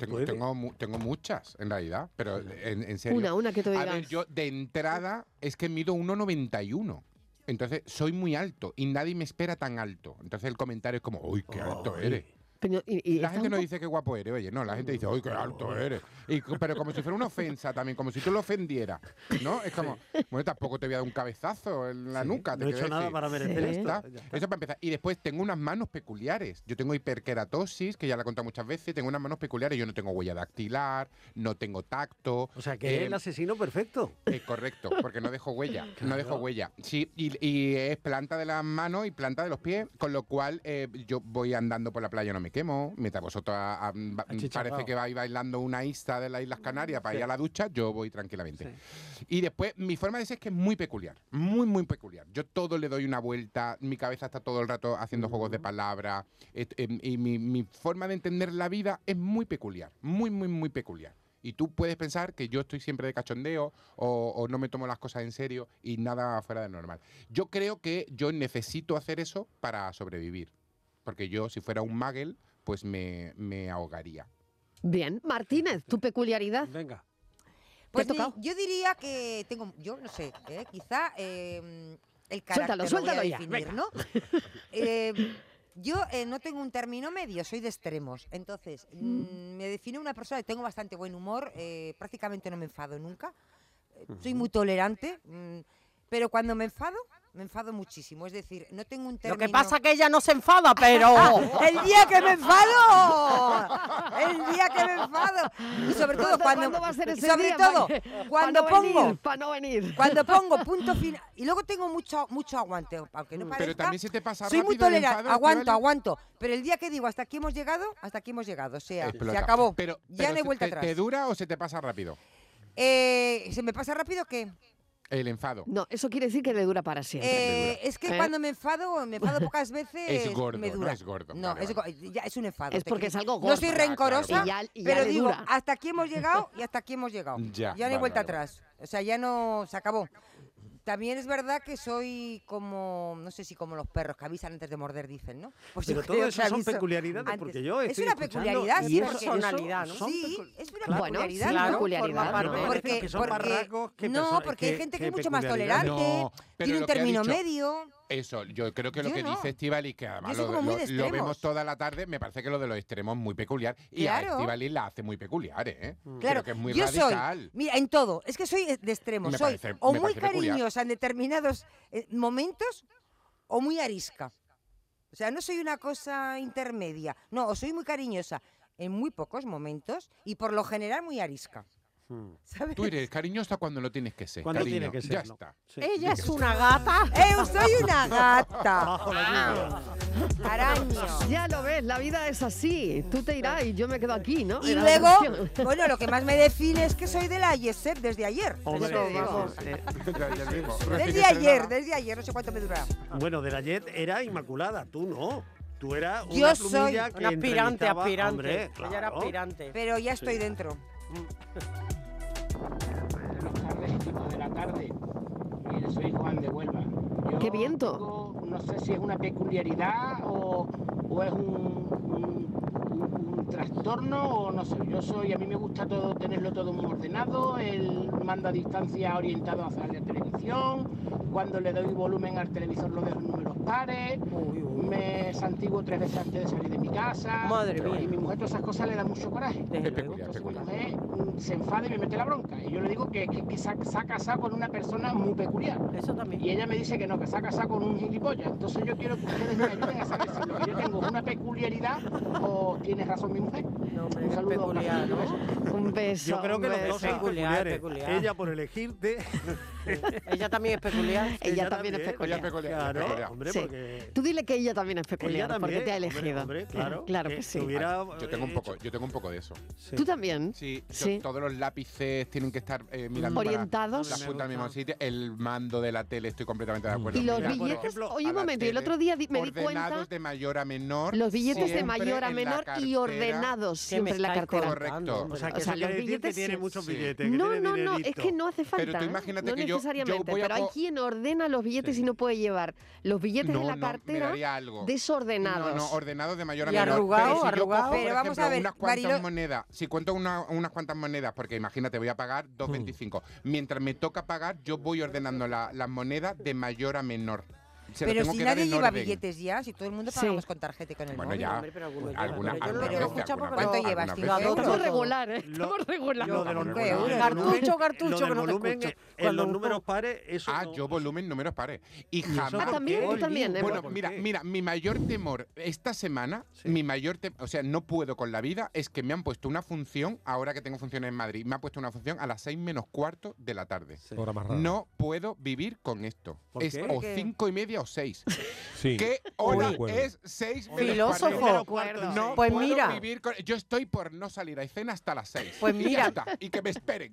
[SPEAKER 6] Tengo, tengo mu- tengo muchas, en realidad, pero en, en serio.
[SPEAKER 1] Una, una que tú
[SPEAKER 6] A
[SPEAKER 1] digas.
[SPEAKER 6] ver, yo de entrada es que mido 1,91. Entonces soy muy alto y nadie me espera tan alto. Entonces el comentario es como, uy, qué alto eres.
[SPEAKER 1] pero- y- y
[SPEAKER 6] la
[SPEAKER 1] está
[SPEAKER 6] gente
[SPEAKER 1] un
[SPEAKER 6] no
[SPEAKER 1] po-
[SPEAKER 6] dice qué guapo eres, oye, no, la gente dice, uy, qué alto eres. Y co- pero como si fuera una ofensa también, como si tú lo ofendieras, ¿no? Es como, bueno, tampoco te voy a dar un cabezazo en la
[SPEAKER 7] Sí,
[SPEAKER 6] nuca. te
[SPEAKER 7] no he
[SPEAKER 6] quiero
[SPEAKER 7] hecho nada
[SPEAKER 6] decir.
[SPEAKER 7] para merecer
[SPEAKER 6] Ya
[SPEAKER 7] esto.
[SPEAKER 6] está.
[SPEAKER 7] Ya está.
[SPEAKER 6] Eso para empezar. Y después tengo unas manos peculiares. Yo tengo hiperkeratosis, que ya la he contado muchas veces, tengo unas manos peculiares. Yo no tengo huella dactilar, no tengo tacto.
[SPEAKER 7] O sea, que es el asesino perfecto.
[SPEAKER 6] Eh, correcto, porque no dejo huella. No dejo huella. Sí, y, y es planta de las manos y planta de los pies, con lo cual eh, yo voy andando por la playa, no me quemo. Mientras vosotros ah, ah, ba-
[SPEAKER 7] Achicharrao.
[SPEAKER 6] parece que vais bailando una ista de las Islas Canarias para
[SPEAKER 7] Sí.
[SPEAKER 6] ir a la ducha, yo voy tranquilamente. Y después, mi forma de ser es que es muy peculiar, muy, muy peculiar. Yo todo le doy una vuelta, mi cabeza está todo el rato haciendo juegos de palabras, et- em, y mi, mi forma de entender la vida es muy peculiar, muy, muy, muy peculiar. y tú puedes pensar que yo estoy siempre de cachondeo o, o no me tomo las cosas en serio y nada fuera de normal. Yo creo que yo necesito hacer eso para sobrevivir, porque yo si fuera un magel, pues me, me ahogaría.
[SPEAKER 1] Bien, Martínez, tu peculiaridad.
[SPEAKER 7] Venga.
[SPEAKER 2] Pues mi- yo diría que tengo, yo no sé, ¿eh? quizá eh, el carácter lo voy
[SPEAKER 1] Suéltalo,
[SPEAKER 2] a
[SPEAKER 1] suéltalo ya.
[SPEAKER 2] definir,
[SPEAKER 1] venga.
[SPEAKER 2] ¿no? Eh, yo eh, no tengo un término medio, soy de extremos. Entonces, mm, me defino una persona que tengo bastante buen humor, eh, prácticamente no me enfado nunca. Eh, Soy muy tolerante, mm, pero cuando me enfado, me enfado muchísimo. Es decir, no tengo un
[SPEAKER 3] Lo
[SPEAKER 2] término...
[SPEAKER 3] que pasa que ella no se enfada, pero...
[SPEAKER 1] Ah,
[SPEAKER 2] el día que me enfado, el día que me enfado y sobre todo cuando
[SPEAKER 1] ¿Cuándo- cuándo va a ser ese
[SPEAKER 2] sobre
[SPEAKER 1] día
[SPEAKER 2] todo
[SPEAKER 1] pa' que-
[SPEAKER 2] cuando
[SPEAKER 1] pa' no
[SPEAKER 2] pongo
[SPEAKER 1] venir, pa' no venir?
[SPEAKER 2] cuando pongo punto final y luego tengo mucho mucho aguante aunque no
[SPEAKER 6] Mm. Pero
[SPEAKER 2] parezca,
[SPEAKER 6] también se te pasa
[SPEAKER 2] soy muy
[SPEAKER 6] rápido el
[SPEAKER 2] tolerante
[SPEAKER 6] enfado,
[SPEAKER 2] aguanto
[SPEAKER 6] Estivali.
[SPEAKER 2] aguanto pero el día que digo hasta aquí hemos llegado hasta aquí hemos llegado o sea
[SPEAKER 6] Explota.
[SPEAKER 2] se acabó
[SPEAKER 6] Pero,
[SPEAKER 2] ya
[SPEAKER 6] pero
[SPEAKER 2] no hay
[SPEAKER 6] se-
[SPEAKER 2] vuelta
[SPEAKER 6] te-
[SPEAKER 2] atrás
[SPEAKER 6] ¿Te dura o se te pasa rápido
[SPEAKER 2] Eh, se me pasa rápido que
[SPEAKER 6] el enfado?
[SPEAKER 1] No, eso quiere decir que le dura para siempre.
[SPEAKER 2] eh, es que
[SPEAKER 1] ¿Eh?
[SPEAKER 2] cuando me enfado me enfado pocas veces
[SPEAKER 1] Es gordo,
[SPEAKER 2] me
[SPEAKER 1] no
[SPEAKER 2] dura
[SPEAKER 1] es gordo,
[SPEAKER 2] no
[SPEAKER 1] vale,
[SPEAKER 2] es, go- ya es un enfado
[SPEAKER 1] Es
[SPEAKER 2] te
[SPEAKER 1] porque es
[SPEAKER 2] quiero
[SPEAKER 1] algo
[SPEAKER 2] decir. no soy
[SPEAKER 1] gordo. Claro, claro,
[SPEAKER 2] rencorosa
[SPEAKER 1] claro. Y ya- y ya
[SPEAKER 2] pero
[SPEAKER 1] le
[SPEAKER 2] digo
[SPEAKER 1] dura.
[SPEAKER 2] hasta aquí hemos llegado y hasta aquí hemos llegado
[SPEAKER 1] Ya,
[SPEAKER 2] no
[SPEAKER 1] vale,
[SPEAKER 2] hay vuelta
[SPEAKER 1] vale, vale.
[SPEAKER 2] atrás o sea ya no se acabó también es verdad que soy como, no sé si como los perros que avisan antes de morder, dicen, ¿no? Pues
[SPEAKER 7] Pero
[SPEAKER 2] yo
[SPEAKER 7] todo
[SPEAKER 2] creo
[SPEAKER 7] eso
[SPEAKER 2] que
[SPEAKER 7] son
[SPEAKER 2] aviso
[SPEAKER 7] peculiaridades,
[SPEAKER 2] antes.
[SPEAKER 7] porque yo
[SPEAKER 2] Es
[SPEAKER 7] estoy
[SPEAKER 2] una
[SPEAKER 7] escuchando
[SPEAKER 2] peculiaridad,
[SPEAKER 7] y
[SPEAKER 2] sí,
[SPEAKER 7] eso-
[SPEAKER 2] porque-
[SPEAKER 7] personalidad, ¿no? Son
[SPEAKER 2] Sí,
[SPEAKER 7] pecu-
[SPEAKER 2] es una
[SPEAKER 7] Claro,
[SPEAKER 2] peculiaridad.
[SPEAKER 7] claro,
[SPEAKER 2] ¿no?
[SPEAKER 7] forma Claro, parte de-
[SPEAKER 2] Porque,
[SPEAKER 7] que son más
[SPEAKER 2] porque-
[SPEAKER 7] rasgos que
[SPEAKER 2] no,
[SPEAKER 7] personas-
[SPEAKER 2] porque hay
[SPEAKER 7] que-
[SPEAKER 2] gente que
[SPEAKER 7] que
[SPEAKER 2] es mucho más
[SPEAKER 7] peculiaridades.
[SPEAKER 2] tolerante,
[SPEAKER 6] No, pero
[SPEAKER 2] tiene
[SPEAKER 6] lo
[SPEAKER 2] un
[SPEAKER 6] que ha
[SPEAKER 2] término
[SPEAKER 6] dicho-
[SPEAKER 2] medio.
[SPEAKER 6] Eso, yo creo que lo
[SPEAKER 2] Yo
[SPEAKER 6] que
[SPEAKER 2] no.
[SPEAKER 6] dice Estivalis, que además
[SPEAKER 2] Yo soy
[SPEAKER 6] lo,
[SPEAKER 2] como muy
[SPEAKER 6] lo-
[SPEAKER 2] de
[SPEAKER 6] lo
[SPEAKER 2] extremos.
[SPEAKER 6] vemos toda la tarde, me parece que lo de los extremos es muy peculiar. Y
[SPEAKER 2] Claro. Mm.
[SPEAKER 6] a Estivalis la hace muy peculiar, ¿eh?
[SPEAKER 2] Claro,
[SPEAKER 6] Creo que es muy
[SPEAKER 2] yo soy,
[SPEAKER 6] radical.
[SPEAKER 2] mira, en todo, es que soy de extremo,
[SPEAKER 6] Me
[SPEAKER 2] soy
[SPEAKER 6] parece-
[SPEAKER 2] o
[SPEAKER 6] me
[SPEAKER 2] muy
[SPEAKER 6] parece peculiar.
[SPEAKER 2] cariñosa en determinados eh, momentos o muy arisca. O sea, no soy una cosa intermedia, no, o soy muy cariñosa en muy pocos momentos y por lo general muy arisca. ¿Sabes?
[SPEAKER 6] Tú eres cariñosa cuando lo tienes que ser.
[SPEAKER 7] Cuando
[SPEAKER 6] cariño.
[SPEAKER 7] tiene que ser,
[SPEAKER 6] Ya
[SPEAKER 7] no.
[SPEAKER 6] está.
[SPEAKER 3] Ella es una gata.
[SPEAKER 2] ¡Eh, soy una gata! Araño.
[SPEAKER 1] Ya lo ves, la vida es así. Tú te irás y yo me quedo aquí, ¿no?
[SPEAKER 2] Y
[SPEAKER 1] Era la
[SPEAKER 2] luego,
[SPEAKER 1] canción.
[SPEAKER 2] bueno, lo que más me define es que soy de la IESEP desde ayer.
[SPEAKER 7] Hombre,
[SPEAKER 2] Eso digo.
[SPEAKER 7] vamos, eh,
[SPEAKER 2] Desde ayer, desde ayer, no sé cuánto me durará.
[SPEAKER 7] Bueno, de la Jet era Inmaculada, tú no. Tú eras una
[SPEAKER 2] Yo soy
[SPEAKER 7] plumilla que entrevistaba- hombre, claro.
[SPEAKER 2] Pero ya estoy
[SPEAKER 7] Sí.
[SPEAKER 2] dentro.
[SPEAKER 5] Buenas tardes, equipo de la tarde. Mire, soy Juan de Huelva. Yo
[SPEAKER 1] ¡Qué viento!
[SPEAKER 5] tengo- no sé si es una peculiaridad o, o es un, un- un trastorno o no sé. Yo soy, a mí me gusta todo tenerlo todo muy ordenado. El mando a distancia orientado hacia la televisión. Cuando le doy volumen al televisor lo dejo en números pares. Me santiguo tres veces antes de salir de mi casa.
[SPEAKER 3] Madre mía.
[SPEAKER 5] Y mi mujer todas esas cosas le da mucho coraje.
[SPEAKER 6] Es peculiar,
[SPEAKER 5] Entonces,
[SPEAKER 6] peculiar.
[SPEAKER 5] mi mujer, mm, se enfada y me mete la bronca. Y yo le digo que, que, que se, ha, se ha casado con una persona muy peculiar.
[SPEAKER 3] Eso también.
[SPEAKER 5] Y ella me dice que no, que se ha casado con un gilipollas. Entonces yo quiero que ustedes me ayuden a saber si lo que yo tengo es una peculiaridad o tiene razón mi mujer. un saludo
[SPEAKER 3] peculiar,
[SPEAKER 5] abrazo.
[SPEAKER 1] Un beso.
[SPEAKER 7] Yo creo que los
[SPEAKER 1] un
[SPEAKER 7] dos son
[SPEAKER 1] beso.
[SPEAKER 7] peculiares.
[SPEAKER 3] peculiar.
[SPEAKER 7] Ella por elegirte.
[SPEAKER 3] Ella también es peculiar.
[SPEAKER 1] Ella también es peculiar.
[SPEAKER 7] Claro,
[SPEAKER 1] Peculiar.
[SPEAKER 7] hombre,
[SPEAKER 1] Sí.
[SPEAKER 7] porque
[SPEAKER 1] Tú dile que ella también es peculiar
[SPEAKER 7] también,
[SPEAKER 1] porque te ha
[SPEAKER 7] hombre,
[SPEAKER 1] elegido.
[SPEAKER 7] hombre, claro,
[SPEAKER 1] que
[SPEAKER 6] Eh,
[SPEAKER 1] sí.
[SPEAKER 6] Ay, yo tengo
[SPEAKER 7] eh,
[SPEAKER 6] un poco, yo tengo un poco de eso.
[SPEAKER 1] ¿Tú también?
[SPEAKER 6] Sí, yo-
[SPEAKER 1] Sí.
[SPEAKER 6] todos los lápices tienen que estar eh, mirando
[SPEAKER 1] Orientados.
[SPEAKER 6] Para las
[SPEAKER 1] Me
[SPEAKER 6] puntas al mismo sitio. El mando de la tele, estoy completamente de acuerdo.
[SPEAKER 1] Y los
[SPEAKER 6] Mira, por
[SPEAKER 1] billetes,
[SPEAKER 6] ejemplo,
[SPEAKER 1] oye, un
[SPEAKER 6] a la
[SPEAKER 1] momento, y el
[SPEAKER 6] tele,
[SPEAKER 1] otro día di- me di
[SPEAKER 6] ordenados
[SPEAKER 1] cuenta-
[SPEAKER 6] de mayor a menor.
[SPEAKER 1] Los billetes de
[SPEAKER 6] siempre
[SPEAKER 1] mayor a
[SPEAKER 6] en la
[SPEAKER 1] menor y
[SPEAKER 6] cartera.
[SPEAKER 1] ordenados siempre en la cartera.
[SPEAKER 6] Correcto.
[SPEAKER 1] O sea, que eso quiere decir que tiene muchos
[SPEAKER 6] billetes.
[SPEAKER 1] no, no, no, es que no hace falta.
[SPEAKER 6] Pero tú
[SPEAKER 1] ¿eh?
[SPEAKER 6] imagínate
[SPEAKER 1] no
[SPEAKER 6] que yo- yo
[SPEAKER 1] necesariamente,
[SPEAKER 6] voy a
[SPEAKER 1] pero hay
[SPEAKER 6] co-
[SPEAKER 1] quien ordena los billetes y no puede llevar los billetes
[SPEAKER 6] No,
[SPEAKER 1] en la
[SPEAKER 6] no, me
[SPEAKER 1] cartera
[SPEAKER 6] daría algo.
[SPEAKER 1] desordenados.
[SPEAKER 6] No, no, ordenados de mayor a
[SPEAKER 1] Y
[SPEAKER 6] menor.
[SPEAKER 1] arrugado,
[SPEAKER 6] pero si yo
[SPEAKER 1] arrugado.
[SPEAKER 6] cojo, por
[SPEAKER 1] Pero vamos
[SPEAKER 6] ejemplo,
[SPEAKER 1] a ver,
[SPEAKER 6] unas cuantas
[SPEAKER 1] Marilo-
[SPEAKER 6] monedas, si cuento una- unas cuantas monedas, porque imagínate, voy a pagar
[SPEAKER 1] Mm.
[SPEAKER 6] 2.25. Mientras me toca pagar, yo voy ordenando la- las monedas de mayor a menor. Se lo
[SPEAKER 2] Pero
[SPEAKER 6] tengo
[SPEAKER 2] si
[SPEAKER 6] que dar
[SPEAKER 2] nadie
[SPEAKER 6] en
[SPEAKER 2] lleva
[SPEAKER 6] orden.
[SPEAKER 2] billetes ya, si todo el mundo
[SPEAKER 6] Sí.
[SPEAKER 2] pagamos con tarjeta y con el
[SPEAKER 6] Bueno,
[SPEAKER 2] móvil.
[SPEAKER 6] ya.
[SPEAKER 2] Hombre, pero algunos llevan,
[SPEAKER 6] alguna,
[SPEAKER 2] pero yo no lo
[SPEAKER 6] alguna
[SPEAKER 2] quiero
[SPEAKER 6] vez,
[SPEAKER 2] escuchar
[SPEAKER 6] alguna
[SPEAKER 2] porque no-
[SPEAKER 6] vez,
[SPEAKER 2] ¿Cuánto
[SPEAKER 6] alguna
[SPEAKER 2] llevas,
[SPEAKER 6] vez.
[SPEAKER 2] cinco
[SPEAKER 1] Estamos regular, ¿eh?
[SPEAKER 7] Lo-
[SPEAKER 1] Estamos regular.
[SPEAKER 7] lo de los números.
[SPEAKER 1] Cartucho, cartucho,
[SPEAKER 7] Lo del
[SPEAKER 1] que no te
[SPEAKER 7] volumen,
[SPEAKER 1] escucho.
[SPEAKER 7] en los
[SPEAKER 6] Cuando-
[SPEAKER 7] números pares, eso
[SPEAKER 6] ah,
[SPEAKER 7] no-
[SPEAKER 6] yo volumen números pares. Y
[SPEAKER 7] eso
[SPEAKER 6] jamás.
[SPEAKER 7] por Ah, también, qué? tú también, ¿eh?
[SPEAKER 6] Bueno,
[SPEAKER 7] ¿Por
[SPEAKER 6] mira,
[SPEAKER 7] qué?
[SPEAKER 6] mira, mi mayor temor esta semana, mi mayor temor, o sea, no puedo con la vida, es que me han puesto una función, ahora que tengo funciones en Madrid, me han puesto una función a las 6 menos cuarto de la tarde.
[SPEAKER 4] Hora más rara.
[SPEAKER 6] No puedo vivir con esto.
[SPEAKER 4] ¿Por
[SPEAKER 6] Es
[SPEAKER 4] qué?
[SPEAKER 6] o
[SPEAKER 4] ¿Por qué?
[SPEAKER 6] cinco y media o seis.
[SPEAKER 4] Sí,
[SPEAKER 6] ¿Qué
[SPEAKER 4] estoy de
[SPEAKER 6] hora
[SPEAKER 4] acuerdo.
[SPEAKER 6] es seis menos
[SPEAKER 3] Filósofo.
[SPEAKER 6] cuarto?
[SPEAKER 3] Estoy de acuerdo.
[SPEAKER 6] No
[SPEAKER 3] Pues
[SPEAKER 6] puedo
[SPEAKER 3] mira.
[SPEAKER 6] vivir con- Yo estoy por no salir a cena hasta las seis.
[SPEAKER 3] Pues
[SPEAKER 6] Y ya
[SPEAKER 3] mira.
[SPEAKER 6] está, y que me esperen.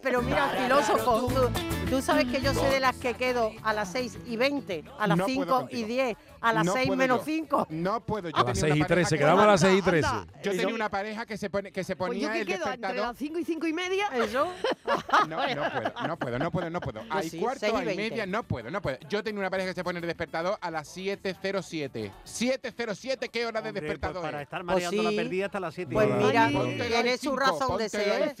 [SPEAKER 3] Pero mira, filósofo, tú, tú sabes que yo soy de las que quedo a las 6 y 20, a las
[SPEAKER 6] No puedo
[SPEAKER 3] 5 y
[SPEAKER 6] contigo.
[SPEAKER 3] 10, a las
[SPEAKER 6] No
[SPEAKER 3] 6
[SPEAKER 6] puedo
[SPEAKER 3] menos
[SPEAKER 6] yo.
[SPEAKER 3] 5.
[SPEAKER 6] No puedo. Yo
[SPEAKER 4] A
[SPEAKER 6] tenía
[SPEAKER 4] las
[SPEAKER 6] una
[SPEAKER 4] 6 y
[SPEAKER 6] pareja
[SPEAKER 4] 13,
[SPEAKER 6] que-
[SPEAKER 4] quedamos a las 6 y 13.
[SPEAKER 6] Yo
[SPEAKER 4] Eso.
[SPEAKER 6] tenía una pareja que se, pone, que se
[SPEAKER 1] Pues yo
[SPEAKER 6] ponía
[SPEAKER 1] que
[SPEAKER 6] el
[SPEAKER 1] quedo entre
[SPEAKER 6] despertador.
[SPEAKER 1] las 5 y 5 y media.
[SPEAKER 3] Eso.
[SPEAKER 6] No, no puedo, no puedo, no puedo, no puedo.
[SPEAKER 1] Yo
[SPEAKER 6] Hay
[SPEAKER 1] sí,
[SPEAKER 6] cuarto,
[SPEAKER 1] seis y
[SPEAKER 6] hay
[SPEAKER 1] veinte.
[SPEAKER 6] media, no puedo, no puedo. Yo tenía una pareja que se pone el despertador a las 7.07. 7.07, ¿qué hora de despertador?
[SPEAKER 7] pues para
[SPEAKER 6] es?
[SPEAKER 7] estar mareando la perdida hasta las 7.
[SPEAKER 6] Pues mira,
[SPEAKER 7] tiene
[SPEAKER 6] tiene su razón de ser.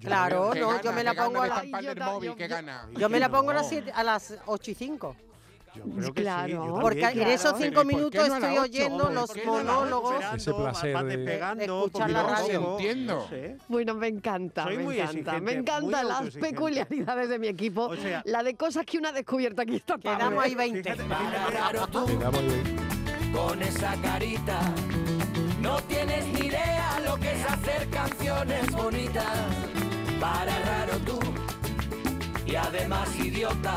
[SPEAKER 3] Claro,
[SPEAKER 6] Qué
[SPEAKER 3] no, yo
[SPEAKER 6] gana,
[SPEAKER 3] me la
[SPEAKER 6] qué gana
[SPEAKER 3] pongo a
[SPEAKER 6] de
[SPEAKER 3] las.
[SPEAKER 6] estampar del móvil, qué gana.
[SPEAKER 3] Yo me la pongo a las, siete- a las 8 y 5.
[SPEAKER 7] Creo que sí, yo también,
[SPEAKER 3] Porque en
[SPEAKER 7] claro.
[SPEAKER 3] esos cinco minutos
[SPEAKER 7] no a las
[SPEAKER 3] estoy
[SPEAKER 7] ocho,
[SPEAKER 3] oyendo
[SPEAKER 7] hombre?
[SPEAKER 3] los
[SPEAKER 7] ¿Por qué no a las ocho?
[SPEAKER 3] monólogos.
[SPEAKER 4] Ese placer
[SPEAKER 7] vas
[SPEAKER 4] de-
[SPEAKER 7] despegando,
[SPEAKER 3] escuchar
[SPEAKER 7] porque
[SPEAKER 3] la
[SPEAKER 7] no
[SPEAKER 3] radio.
[SPEAKER 7] tengo-
[SPEAKER 6] Entiendo.
[SPEAKER 7] no sé.
[SPEAKER 1] Bueno, me encanta,
[SPEAKER 7] Soy
[SPEAKER 1] me
[SPEAKER 7] muy
[SPEAKER 1] encanta,
[SPEAKER 7] exigente,
[SPEAKER 1] me encantan
[SPEAKER 7] muy
[SPEAKER 1] las
[SPEAKER 7] autoexigente.
[SPEAKER 1] peculiaridades de mi equipo,
[SPEAKER 7] sea-
[SPEAKER 1] la de cosas que una ha descubierto aquí esta tarde.
[SPEAKER 3] Quedamos ahí 20.
[SPEAKER 4] Quedamos ahí.
[SPEAKER 17] con esa carita. No tienes ni idea lo que es hacer canciones bonitas para raro tú y además idiota.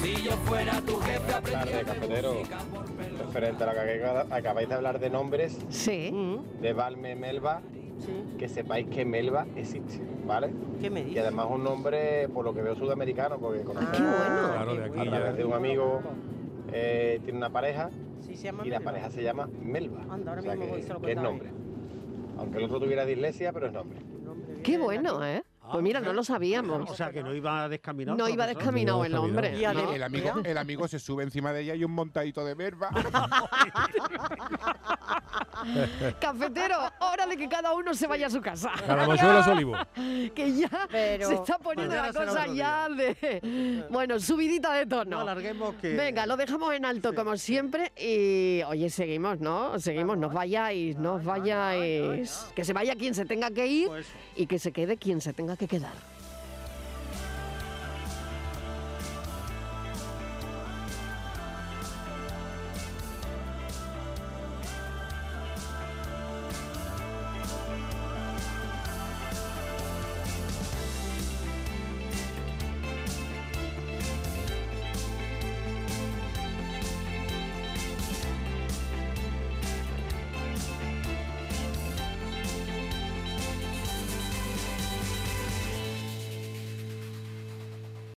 [SPEAKER 17] Si yo fuera tu jefe
[SPEAKER 15] Tarde,
[SPEAKER 17] aprendiera
[SPEAKER 15] cafetero. Referente a la que acabáis de hablar de nombres
[SPEAKER 1] Sí.
[SPEAKER 15] de Balme Melba, que sepáis que Melba existe, ¿vale?
[SPEAKER 3] ¿Qué me
[SPEAKER 15] Y además un nombre, por lo que veo, sudamericano, porque conozco
[SPEAKER 4] Claro, de
[SPEAKER 15] a
[SPEAKER 4] aquí
[SPEAKER 15] través
[SPEAKER 4] ya.
[SPEAKER 15] de un amigo, eh, tiene una pareja
[SPEAKER 3] Sí, se llama
[SPEAKER 15] y la
[SPEAKER 3] Melba.
[SPEAKER 15] pareja se llama Melba.
[SPEAKER 3] Anda, ahora
[SPEAKER 15] O sea
[SPEAKER 3] mismo
[SPEAKER 15] que-
[SPEAKER 3] voy, se lo
[SPEAKER 15] que es
[SPEAKER 3] contaba.
[SPEAKER 15] nombre. Aunque el otro tuviera dislexia, pero es nombre.
[SPEAKER 1] Qué bueno, ¿eh?
[SPEAKER 7] Ah,
[SPEAKER 1] Pues mira, no lo sabíamos.
[SPEAKER 7] O sea, que no iba descaminado.
[SPEAKER 1] No
[SPEAKER 7] esta
[SPEAKER 1] iba
[SPEAKER 7] persona.
[SPEAKER 1] descaminado el hombre.
[SPEAKER 6] Y
[SPEAKER 1] ¿no?
[SPEAKER 6] el, amigo, el amigo se sube encima de ella y un montadito de verba.
[SPEAKER 1] Cafetero, hora de que cada uno se vaya a su casa.
[SPEAKER 4] Cada mochuelo su olivo.
[SPEAKER 1] Que ya
[SPEAKER 3] Pero
[SPEAKER 1] se está poniendo la
[SPEAKER 3] mañana será
[SPEAKER 1] cosa
[SPEAKER 3] otro
[SPEAKER 1] ya de. Bueno, subidita de tono.
[SPEAKER 7] No alarguemos que-
[SPEAKER 1] Venga, lo dejamos en alto como siempre y. Oye, seguimos, ¿no? Seguimos, nos vayáis,
[SPEAKER 7] Pues
[SPEAKER 1] nos vayáis. Que se vaya quien se tenga que ir y que se quede quien se tenga que quedar.